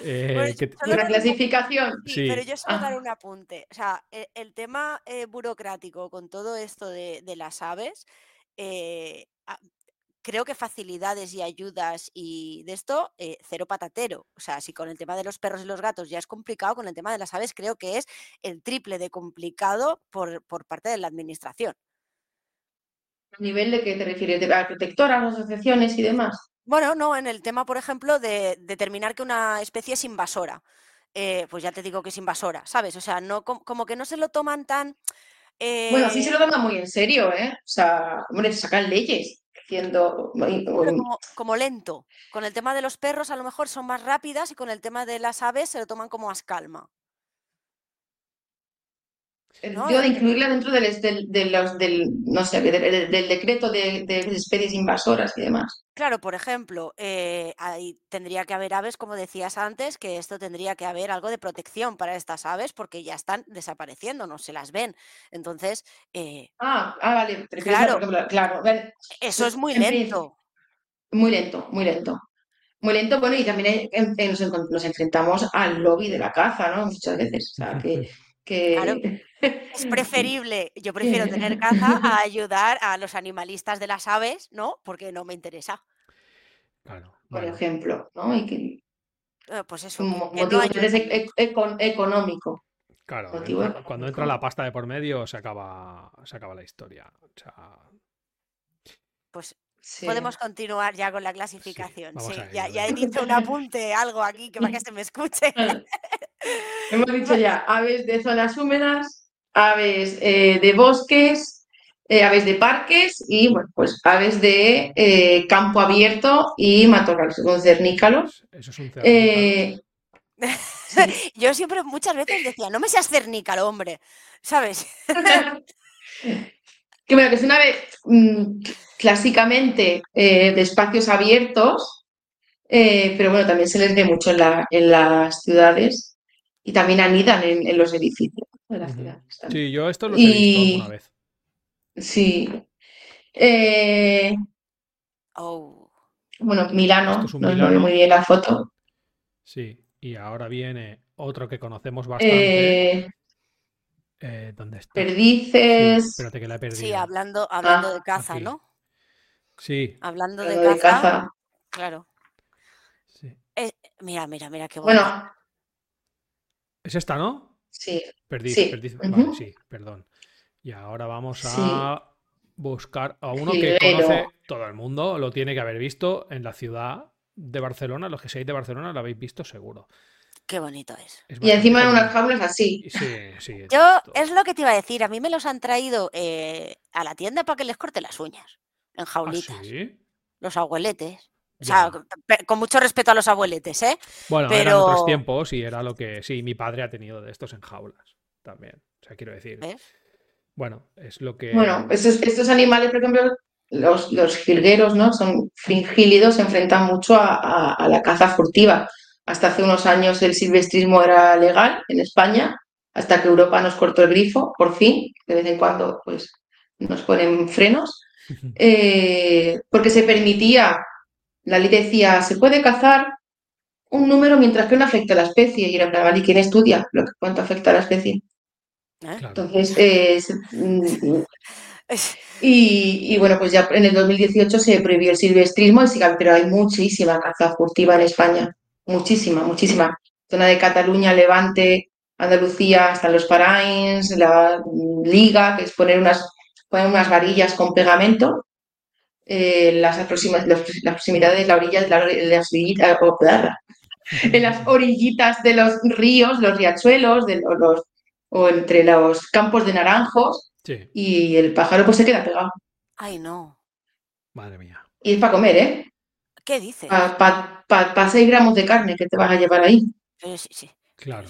Speaker 2: eh,
Speaker 3: Pues,
Speaker 2: que-
Speaker 4: Y la
Speaker 3: solo-
Speaker 4: clasificación.
Speaker 3: Sí,
Speaker 2: Sí.
Speaker 3: pero yo solo
Speaker 4: Ah.
Speaker 3: dar un apunte. O sea, e- el, tema eh, burocrático con todo esto de, de las aves, eh, a- creo que facilidades y ayudas y de esto, eh, cero patatero. O sea, si con el tema de los perros y los gatos ya es complicado, con el tema de las aves creo que es el triple de complicado por, por parte de la administración.
Speaker 4: ¿A nivel de qué te refieres? ¿De a protectoras, asociaciones y demás?
Speaker 3: Bueno, no, en el tema, por ejemplo, de determinar que una especie es invasora. eh, pues ya te digo que es invasora, ¿sabes? O sea, no com- como que no se lo toman tan...
Speaker 4: Bueno, sí
Speaker 3: eh,
Speaker 4: se lo toman muy en serio, ¿eh? O sea, hombre, sacan leyes diciendo...
Speaker 3: pero como, como lento. Con el tema de los perros a lo mejor son más rápidas y con el tema de las aves se lo toman como más calma.
Speaker 4: El
Speaker 3: ¿no?
Speaker 4: sentido de
Speaker 3: De-
Speaker 4: incluirla dentro del, es- del- de los, del, no sé, del, del- del decreto de, de especies invasoras y demás.
Speaker 3: Claro, por ejemplo, eh, ahí tendría que haber aves, como decías antes, que esto tendría que haber algo de protección para estas aves porque ya están desapareciendo, no se las ven. Entonces, eh,
Speaker 4: Ah, ah, vale, te refieres a, por ejemplo, claro, vale,
Speaker 3: eso es muy
Speaker 4: En principio,
Speaker 3: lento.
Speaker 4: muy lento, muy lento. Muy lento, bueno, y también hay- en- en- nos, encon- nos enfrentamos al lobby de la caza, ¿no? Muchas veces, o sea, <laughs> que... que-
Speaker 3: Claro. Es preferible, yo prefiero tener
Speaker 4: <laughs>
Speaker 3: caza a ayudar a los animalistas de las aves, ¿no? Porque no me interesa.
Speaker 2: Claro,
Speaker 4: Por
Speaker 2: bueno,
Speaker 4: ejemplo, ¿no? Y que,
Speaker 3: Eh, Pues eso,
Speaker 4: un
Speaker 3: que-
Speaker 4: mo-
Speaker 3: que no
Speaker 4: motivo
Speaker 3: hay-
Speaker 4: de- e- econ- económico.
Speaker 2: claro,
Speaker 4: motivo
Speaker 2: entra- cuando entra
Speaker 4: económico.
Speaker 2: la pasta de por medio se acaba, se acaba la historia. O sea,
Speaker 3: pues
Speaker 4: Sí.
Speaker 3: Podemos continuar ya con la clasificación.
Speaker 2: vamos
Speaker 3: sí.
Speaker 2: a ello,
Speaker 3: ya, ya he
Speaker 2: venga.
Speaker 3: dicho un apunte, algo aquí, que para que se
Speaker 2: <laughs>
Speaker 3: me escuche.
Speaker 4: Hemos dicho ya aves de zonas húmedas, aves eh, de bosques, eh, aves de parques y bueno, pues aves de eh, campo abierto y matorrales concernícalos.
Speaker 2: Eso es un cerdo.
Speaker 4: Eh, <laughs>
Speaker 3: Yo siempre muchas veces decía, no me seas cernícalo, hombre, ¿sabes?
Speaker 4: que bueno, que es una ave mm, clásicamente eh, de espacios abiertos, eh, pero bueno, también se les ve mucho en, la- en las ciudades y también anidan en, en los edificios de las
Speaker 2: Ujú.
Speaker 4: ciudades también.
Speaker 2: Sí, yo esto lo he visto
Speaker 4: y-
Speaker 2: alguna vez.
Speaker 4: Sí. Eh,
Speaker 3: Oh,
Speaker 4: bueno, Milano,
Speaker 2: Esto es un
Speaker 4: no se
Speaker 2: Milano.
Speaker 4: ve muy bien la foto.
Speaker 2: Sí. Y ahora viene otro que conocemos bastante.
Speaker 4: Eh,
Speaker 2: Eh, ¿Dónde está? Sí,
Speaker 4: perdices,
Speaker 2: espérate que la he
Speaker 3: sí,
Speaker 2: perdido.
Speaker 3: hablando, hablando de caza,
Speaker 2: aquí.
Speaker 3: ¿no?
Speaker 2: Sí,
Speaker 3: Hablando
Speaker 4: algo
Speaker 3: de
Speaker 4: de
Speaker 3: caza,
Speaker 4: caza.
Speaker 3: claro.
Speaker 2: sí.
Speaker 3: Mira, mira, mira qué bonito.
Speaker 4: Bueno,
Speaker 2: Es esta, ¿no?
Speaker 4: sí,
Speaker 2: Perdiz,
Speaker 4: Sí,
Speaker 2: perdiz.
Speaker 4: ujú.
Speaker 2: Vale, sí, perdón. Y ahora vamos a buscar a uno que
Speaker 4: Jilguero.
Speaker 2: conoce todo el mundo, lo tiene que haber visto en la ciudad de Barcelona. Los que seáis de Barcelona lo habéis visto seguro.
Speaker 3: Qué bonito es.
Speaker 2: Es
Speaker 4: y encima
Speaker 2: bastante
Speaker 4: en unas
Speaker 2: común.
Speaker 4: jaulas así.
Speaker 2: Sí, sí. es
Speaker 3: Yo
Speaker 2: esto.
Speaker 3: es lo que te iba a decir, a mí me los han traído eh, a la tienda para que les corte las uñas, en
Speaker 2: ¿Ah,
Speaker 3: jaulitas,
Speaker 2: sí?
Speaker 3: los abueletes. O
Speaker 2: Ya.
Speaker 3: sea, con- pe- con mucho respeto a los abueletes, ¿eh? <laughs>
Speaker 2: Bueno, eran otros
Speaker 3: pero-
Speaker 2: tiempos y era lo que. Sí, mi padre ha tenido de estos en jaulas también. O sea, quiero decir.
Speaker 3: ¿Ves?
Speaker 2: Bueno, es lo que. <laughs>
Speaker 4: Bueno, estos, estos animales, por ejemplo, los, los jilgueros, ¿no? Son fringílidos, se enfrentan mucho a, a- a la caza furtiva. Hasta hace unos años el silvestrismo era legal en España, hasta que Europa nos cortó el grifo, por fin, de vez en cuando, pues nos ponen frenos. eh, porque se permitía, la ley decía, se puede cazar un número mientras que no afecta a la especie. Y era, en plan, ¿vale? ¿Y quién estudia lo que, cuánto afecta a la especie?
Speaker 3: ¿Eh?
Speaker 2: Claro.
Speaker 4: Entonces, eh, se- mm,
Speaker 3: Es-
Speaker 4: y, y bueno, pues ya en el 2018 se prohibió el silvestrismo, y sí, pero hay muchísima caza furtiva en España, muchísima, muchísima. Zona de Cataluña, Levante, Andalucía, hasta los Parains, la mm, Liga, que es poner unas, poner unas varillas con pegamento, eh, las, aproxima- las, las proximidades, la orilla, la ori- las orillitas, o- en las orillitas de los ríos, los riachuelos, de los- los- o entre los campos de naranjos,
Speaker 2: Sí,
Speaker 4: y el pájaro pues se queda pegado.
Speaker 3: Ay, no.
Speaker 2: madre mía.
Speaker 4: Y es para comer, ¿eh?
Speaker 3: ¿Qué dices?
Speaker 2: Ah.
Speaker 4: Para 6 gramos de carne que te vas a llevar ahí.
Speaker 3: Pero sí, sí.
Speaker 4: <laughs>
Speaker 2: Claro.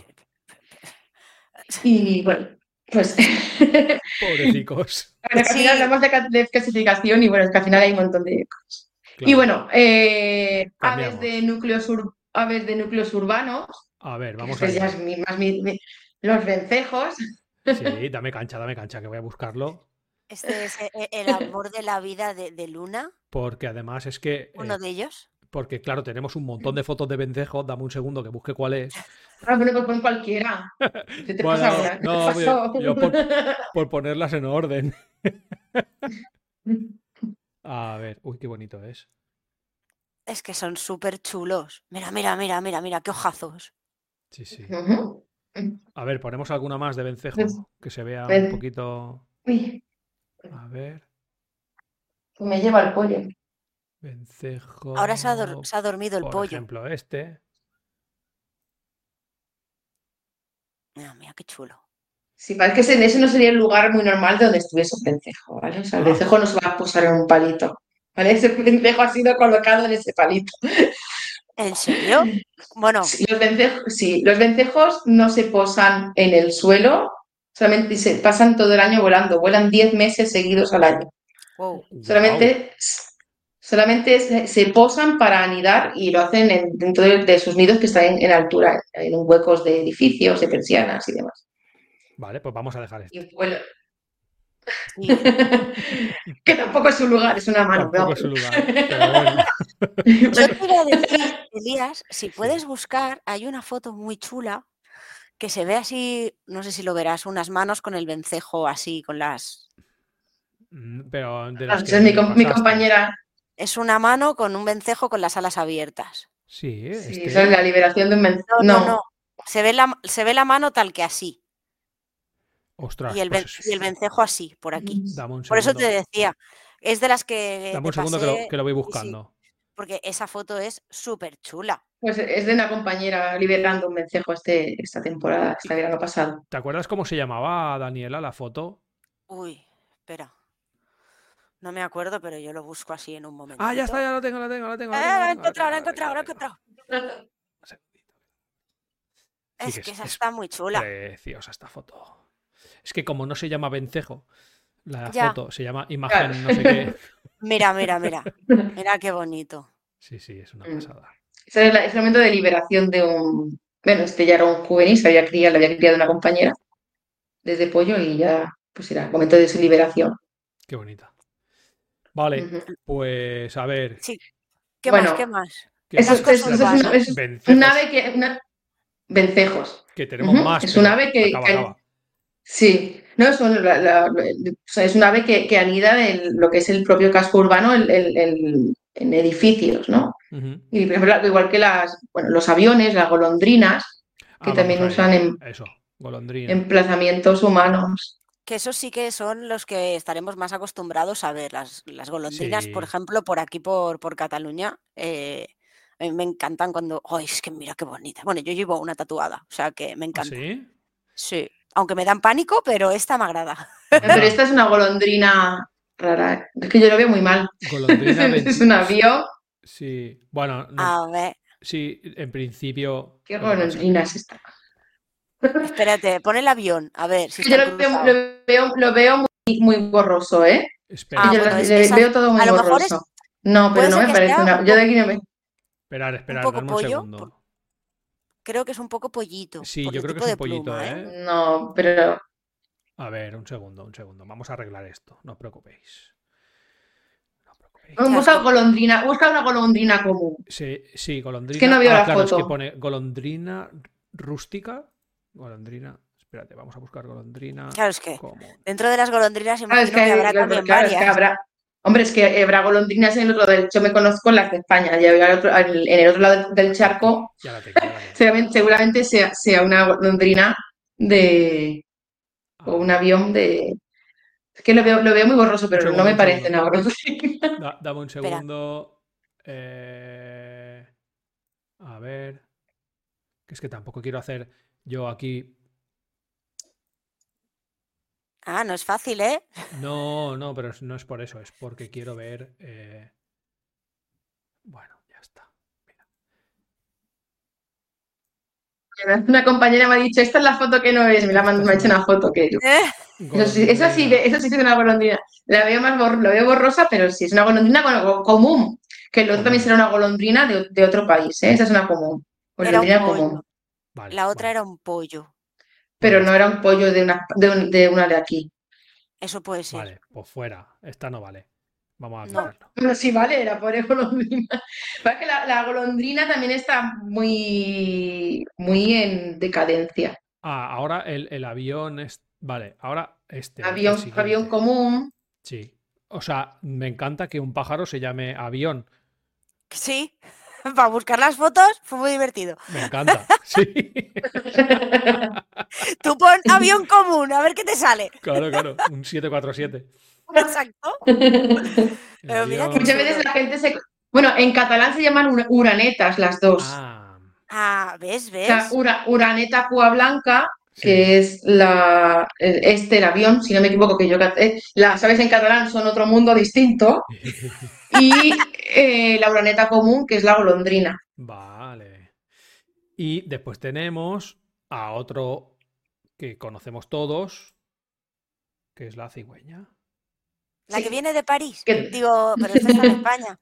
Speaker 4: Y bueno, pues. Bueno,
Speaker 2: Pobrecicos.
Speaker 4: que <laughs> al
Speaker 3: Sí.
Speaker 4: final hablamos de, ca- de clasificación y bueno, es que al final hay un montón de cosas. <laughs> Y
Speaker 2: Claro.
Speaker 4: bueno, eh, aves,
Speaker 2: Cambiamos.
Speaker 4: de núcleos ur- aves de núcleos urbanos,
Speaker 2: A ver, vamos
Speaker 4: que
Speaker 2: a
Speaker 4: es pues ya es mi- más mi- mi- los vencejos, <laughs>
Speaker 2: Sí, dame cancha, dame cancha, que voy a buscarlo.
Speaker 3: Este es eh, eh,
Speaker 2: <laughs>
Speaker 3: el amor de la vida de, de Luna,
Speaker 2: Porque además es que. eh,
Speaker 3: uno de ellos.
Speaker 2: porque, claro, tenemos un montón de
Speaker 3: <laughs>
Speaker 2: fotos de vencejos. Dame un segundo que busque cuál es.
Speaker 4: Ah, bueno, pues pon cualquiera. Se te
Speaker 2: Bueno,
Speaker 4: pasa una, ¿qué
Speaker 2: no,
Speaker 4: te
Speaker 2: yo-
Speaker 4: pasó?
Speaker 2: yo por- Por ponerlas en orden. A ver, uy, qué bonito es.
Speaker 3: Es que son súper chulos. Mira, mira, mira, mira, mira, qué hojazos.
Speaker 2: Sí, sí.
Speaker 4: <laughs> Ujú.
Speaker 2: A ver, ponemos alguna más de vencejo
Speaker 4: Pues,
Speaker 2: que se vea un
Speaker 4: ven.
Speaker 2: poquito.
Speaker 4: Uy,
Speaker 2: A ver,
Speaker 4: que me lleva el pollo.
Speaker 2: vencejo.
Speaker 3: Ahora se ha, dor- se ha dormido el
Speaker 2: Oh, por
Speaker 3: pollo.
Speaker 2: ejemplo, este.
Speaker 3: Mira, Ah, mira, qué chulo.
Speaker 4: Sí, parece que ese- ese no sería el lugar muy normal de donde estuviese un vencejo, ¿vale? O sea, el
Speaker 2: Ah.
Speaker 4: vencejo no se va a posar en un palito, ¿vale? Ese vencejo ha sido colocado en ese palito.
Speaker 3: ¿En
Speaker 2: <laughs>
Speaker 3: serio? Bueno,
Speaker 4: Sí, los vencejos, sí, los vencejos no se posan en el suelo, solamente se pasan todo el año volando, vuelan 10 meses seguidos al año.
Speaker 3: wow.
Speaker 4: Solamente, solamente se, se posan para anidar y lo hacen en- dentro de, de sus nidos que están en, en altura, en huecos de edificios, de persianas y demás.
Speaker 2: Guau. Vale, pues vamos a dejar este.
Speaker 4: Y vuelan.
Speaker 2: <laughs>
Speaker 3: sí.
Speaker 4: <laughs> que tampoco es su lugar, es una mano,
Speaker 2: Tampoco
Speaker 4: pero-
Speaker 2: es su
Speaker 4: <laughs>
Speaker 2: lugar. Pero bueno.
Speaker 3: Yo te iba
Speaker 2: <laughs>
Speaker 3: a decir, Elías, si puedes buscar, hay una foto muy chula que se ve así, no sé si lo verás, unas manos con el vencejo así, con las...
Speaker 2: Mm, Pero de
Speaker 4: Ah,
Speaker 2: las
Speaker 4: pues
Speaker 2: que
Speaker 4: es mi, com- mi
Speaker 2: pasaste.
Speaker 4: compañera,
Speaker 3: Es una mano con un vencejo con las alas abiertas.
Speaker 2: Sí,
Speaker 4: sí,
Speaker 2: este.
Speaker 4: eso es la liberación de un men-
Speaker 3: No,
Speaker 4: No,
Speaker 3: no, no. Se ve la, se ve la mano tal que así.
Speaker 2: Ostras,
Speaker 3: Y el, ven-
Speaker 2: pues
Speaker 3: y el vencejo así, por aquí.
Speaker 2: dame un
Speaker 3: Por eso te
Speaker 2: segundo.
Speaker 3: decía, Es de las que.
Speaker 2: Dame
Speaker 3: te
Speaker 2: un segundo que
Speaker 3: pasé,
Speaker 2: lo, que lo voy
Speaker 3: sí, sí,
Speaker 2: buscando.
Speaker 3: porque esa foto es súper chula.
Speaker 4: Pues es de una compañera liberando un vencejo este, esta temporada, este verano pasado.
Speaker 2: ¿Te acuerdas cómo se llamaba Daniela la foto?
Speaker 3: Uy, espera. No me acuerdo, pero yo lo busco así en un momento.
Speaker 2: Ah, ya está, ya la tengo, la tengo, la tengo.
Speaker 3: Ah, la he
Speaker 2: tengo, la tengo,
Speaker 3: encontrado, la he
Speaker 2: tengo,
Speaker 3: encontrado, la he
Speaker 2: tengo.
Speaker 3: encontrado.
Speaker 2: Un segundito. Sí
Speaker 3: Es
Speaker 2: que
Speaker 3: que
Speaker 2: es-
Speaker 3: esa
Speaker 2: es
Speaker 3: está muy chula.
Speaker 2: Preciosa esta foto. Es que como no se llama vencejo, la
Speaker 3: Ya.
Speaker 2: foto se llama imagen, no sé
Speaker 4: <laughs>
Speaker 2: qué.
Speaker 3: Mira,
Speaker 2: <laughs>
Speaker 3: mira, mira. Mira qué bonito.
Speaker 2: Sí, sí, es una
Speaker 4: Mm.
Speaker 2: pasada.
Speaker 4: Ese es, la- es el momento de liberación de un. Bueno, este ya era un juvenil, se había criado, lo había criado una compañera desde pollo y ya, pues era el momento de su liberación.
Speaker 2: Qué bonita. Vale,
Speaker 4: Ujú.
Speaker 2: pues a ver.
Speaker 3: Sí, ¿Qué más?
Speaker 4: Bueno,
Speaker 3: ¿Qué más?
Speaker 2: ¿qué
Speaker 4: Eso-
Speaker 2: más
Speaker 4: eso- eso es
Speaker 2: tenemos?
Speaker 4: una- es
Speaker 2: Vencejos,
Speaker 4: Un ave que. Una... Vencejos.
Speaker 2: que tenemos
Speaker 4: Ujú,
Speaker 2: más.
Speaker 4: es
Speaker 2: pero
Speaker 4: un ave que-
Speaker 2: acaba,
Speaker 4: que-
Speaker 2: acaba.
Speaker 4: Sí, no, son la- la- la- o sea, es un ave que, que anida en lo que es el propio casco urbano el- el- el- en edificios, ¿no?
Speaker 2: Ujú.
Speaker 4: Y por ejemplo, igual que las, bueno, los aviones, las golondrinas,
Speaker 2: Ah,
Speaker 4: que
Speaker 2: vamos
Speaker 4: también
Speaker 2: ahí.
Speaker 4: usan en
Speaker 2: Eso, golondrina. <laughs>
Speaker 4: emplazamientos humanos.
Speaker 3: Que esos sí que son los que estaremos más acostumbrados a ver. Las, las golondrinas, por
Speaker 2: Sí.
Speaker 3: ejemplo, por aquí, por, por Cataluña, eh, a mí me encantan cuando. ¡Ay, es que mira qué bonita! Bueno, yo llevo una tatuada, o sea que me
Speaker 2: ¿Ah,
Speaker 3: encanta.
Speaker 2: sí?
Speaker 3: Sí. Aunque me dan pánico, pero esta me agrada.
Speaker 2: <laughs> Anda,
Speaker 4: Pero esta es <laughs> una golondrina rara, es que yo lo veo muy mal.
Speaker 2: golondrina ven-
Speaker 4: <laughs> Es un avión,
Speaker 2: Sí, bueno, no-
Speaker 3: A ver,
Speaker 2: sí, en principio. pues,
Speaker 4: ¿qué
Speaker 2: lo que pasa-
Speaker 4: golondrina es esta?
Speaker 3: espérate, pon el avión, a ver si
Speaker 4: Yo
Speaker 3: está
Speaker 4: lo veo,
Speaker 3: cruzado.
Speaker 4: lo veo- lo veo muy, muy borroso, ¿eh?
Speaker 2: Espera,
Speaker 3: Ah,
Speaker 4: yo
Speaker 3: bueno,
Speaker 4: lo-
Speaker 3: es
Speaker 4: le
Speaker 3: esa-
Speaker 4: veo todo muy
Speaker 3: a lo mejor es-
Speaker 4: borroso. No, pero
Speaker 3: puede
Speaker 4: no
Speaker 3: ser
Speaker 4: me
Speaker 3: que
Speaker 4: parece
Speaker 3: sea
Speaker 4: una.
Speaker 3: un
Speaker 4: Yo de
Speaker 3: poco-
Speaker 4: aquí no me.
Speaker 2: esperar, esperar,
Speaker 3: poco
Speaker 2: dame un
Speaker 3: pollo,
Speaker 2: segundo.
Speaker 3: por- Creo que es un poco pollito.
Speaker 2: Sí,
Speaker 3: por
Speaker 2: yo
Speaker 3: el
Speaker 2: creo que
Speaker 3: tipo
Speaker 2: es
Speaker 3: de
Speaker 2: un pollito,
Speaker 3: pluma,
Speaker 2: ¿eh?
Speaker 4: No, pero
Speaker 2: A ver, un segundo, un segundo. Vamos a arreglar esto, no os preocupéis. No os preocupéis.
Speaker 3: Qué
Speaker 4: busca
Speaker 3: asco.
Speaker 4: golondrina, busca una golondrina común.
Speaker 2: Sí, sí, golondrina.
Speaker 4: no veo
Speaker 2: Ah,
Speaker 4: la
Speaker 2: claro, es que
Speaker 4: foto.
Speaker 2: pone golondrina rústica. Golondrina. Espérate, vamos a buscar golondrina.
Speaker 3: Claro, es que
Speaker 2: común.
Speaker 3: dentro de las golondrinas
Speaker 2: Ah,
Speaker 4: Claro, Ah, es
Speaker 3: imagino
Speaker 4: que,
Speaker 3: que,
Speaker 4: hay-
Speaker 3: habrá
Speaker 4: claro,
Speaker 3: también
Speaker 4: claro, es que
Speaker 3: varias.
Speaker 4: habrá- Hombre, es que eh, habrá golondrinas en el otro del. Yo me conozco las de España. Ya veo al otro- al- en el otro lado del charco,
Speaker 2: Ya la tengo, ya la tengo.
Speaker 4: seguramente, seguramente sea, sea una golondrina de.
Speaker 2: Ah,
Speaker 4: o un avión de. Es que lo veo, lo veo muy borroso, pero
Speaker 2: segundo,
Speaker 4: no me
Speaker 2: un
Speaker 4: parece
Speaker 2: segundo.
Speaker 4: una golondrina.
Speaker 2: Ah, da- dame un segundo. Eh, a ver. Que es que tampoco quiero hacer yo aquí.
Speaker 3: Ah, no es fácil, ¿eh? <laughs>
Speaker 2: No, no, pero es- no es por eso, es porque quiero ver. eh, Bueno, ya está. Mira.
Speaker 4: <laughs> Una compañera me ha dicho, esta es la foto que no es. Me, la man- me ha hecho una foto que yo.
Speaker 3: Eh,
Speaker 2: Pues
Speaker 4: Eso sí, eso sí,
Speaker 2: Golondrina.
Speaker 4: ve- eso sí que es una golondrina. La veo más bor- lo veo borrosa, pero sí, es una golondrina co- común. Que luego también será una golondrina de, de otro país, ¿eh? Esa es una común.
Speaker 3: Era un
Speaker 4: Golondrina común.
Speaker 3: pollo.
Speaker 2: Vale,
Speaker 3: La otra
Speaker 2: vale.
Speaker 3: era un pollo.
Speaker 4: Pero no era un pollo de una de, un- de una de aquí.
Speaker 3: Eso puede ser.
Speaker 2: Vale, pues fuera. Esta no vale. Vamos a
Speaker 3: No.
Speaker 2: quitarlo.
Speaker 4: No, sí, vale, era pobre golondrina. <laughs> Para que la, la golondrina también está muy, muy en decadencia.
Speaker 2: Ah, ahora el, el avión es. Vale, ahora este. el- el
Speaker 4: Avión,
Speaker 2: siguiente.
Speaker 4: avión común.
Speaker 2: Sí. O sea, me encanta que un pájaro se llame avión.
Speaker 3: Sí, <laughs> para buscar las fotos fue muy divertido.
Speaker 2: Me encanta. <laughs> Sí.
Speaker 3: Tú pon
Speaker 4: <laughs>
Speaker 3: avión común, a ver qué te sale.
Speaker 2: Claro, claro. Un 747.
Speaker 3: Exacto.
Speaker 2: El
Speaker 3: Pero mira que-
Speaker 4: Muchas
Speaker 2: avión-
Speaker 4: veces la gente se. Bueno, en catalán se llaman ura- uranetas las dos.
Speaker 2: Ah,
Speaker 3: Ah, ¿ves?
Speaker 4: O
Speaker 3: ¿Ves?
Speaker 4: sea, ura- uraneta Cuba Blanca.
Speaker 2: sí.
Speaker 4: que es la, el- este, el avión, si no me equivoco, que yo eh, la sabes en catalán, son otro
Speaker 2: <laughs>
Speaker 4: mundo distinto, y eh, la uraneta común, que es la golondrina.
Speaker 2: Vale. Y después tenemos a otro que conocemos todos, que es la cigüeña.
Speaker 3: La que
Speaker 4: sí.
Speaker 3: viene de París.
Speaker 4: Que-
Speaker 3: Digo, pero esta está
Speaker 4: <laughs>
Speaker 3: en España.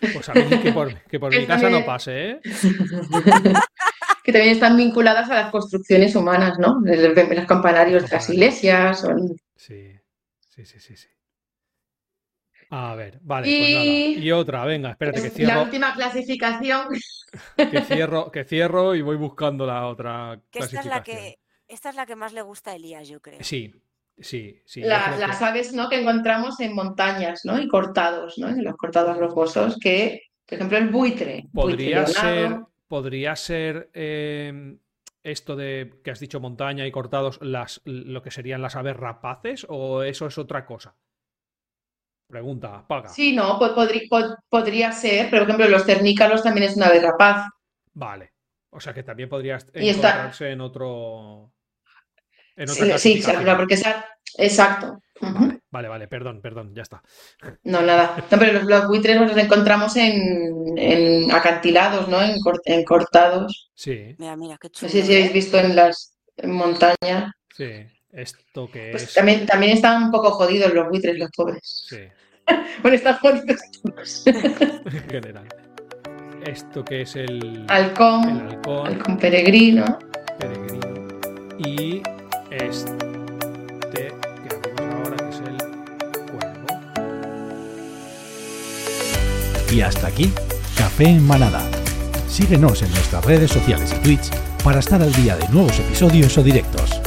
Speaker 2: Pues a mí que por, que por mi
Speaker 4: Que
Speaker 2: casa no
Speaker 4: también-
Speaker 2: pase, ¿eh?
Speaker 4: que también están vinculadas a las construcciones humanas, ¿no? El- el- Los campanarios de las
Speaker 2: Campanarios.
Speaker 4: iglesias. son-
Speaker 2: Sí, sí, sí, sí, sí. A ver, vale, pues nada.
Speaker 4: Y-
Speaker 2: Y otra, venga, espérate que
Speaker 4: La
Speaker 2: cierro,
Speaker 4: última clasificación.
Speaker 2: que cierro, que cierro y voy buscando la otra
Speaker 3: Que esta es la
Speaker 2: clasificación.
Speaker 3: que, esta es la que más le gusta a Elías, yo creo.
Speaker 2: Sí, sí, sí. yo
Speaker 4: La-
Speaker 2: creo que-
Speaker 4: las aves ¿no? que encontramos en montañas ¿no? y cortados, ¿no? en los cortados rocosos, que, por ejemplo, el buitre.
Speaker 2: Podría
Speaker 4: buitre
Speaker 2: ser,
Speaker 4: leonado.
Speaker 2: podría ser em, esto de que has dicho montaña y cortados, las, lo que serían las aves rapaces, o eso es otra cosa. Pregunta, paga.
Speaker 4: Sí, no, po- podri- po- podría ser, pero por ejemplo, los cernícalos también es una de rapaz.
Speaker 2: Vale. O sea que también podrías
Speaker 4: Y está-
Speaker 2: encontrarse en otro. En otra
Speaker 4: Eh, Sí, sí,
Speaker 2: clasificación.
Speaker 4: claro, porque esa- exacto. Ujú.
Speaker 2: Vale, vale, vale, perdón, perdón, ya está.
Speaker 4: No, nada. No, pero los, los buitres nos los encontramos en, en acantilados, ¿no? En, cor- en cortados.
Speaker 2: Sí,
Speaker 3: Mira, mira, qué
Speaker 4: No
Speaker 3: chulo.
Speaker 4: sé si habéis
Speaker 3: ¿eh?
Speaker 4: visto en las montañas.
Speaker 2: sí. Esto que
Speaker 4: Pues
Speaker 2: es.
Speaker 4: también, también están un poco jodidos los buitres, los pobres.
Speaker 2: Sí, <laughs>
Speaker 4: Bueno, están jodidos todos.
Speaker 2: en general. Esto que es el. El
Speaker 4: Halcón,
Speaker 2: halcón
Speaker 4: halcón peregrino.
Speaker 2: peregrino. Y este que abrimos ahora, que es el cuervo.
Speaker 1: Y hasta aquí, Café en Manada. Síguenos en nuestras redes sociales y Twitch para estar al día de nuevos episodios o directos.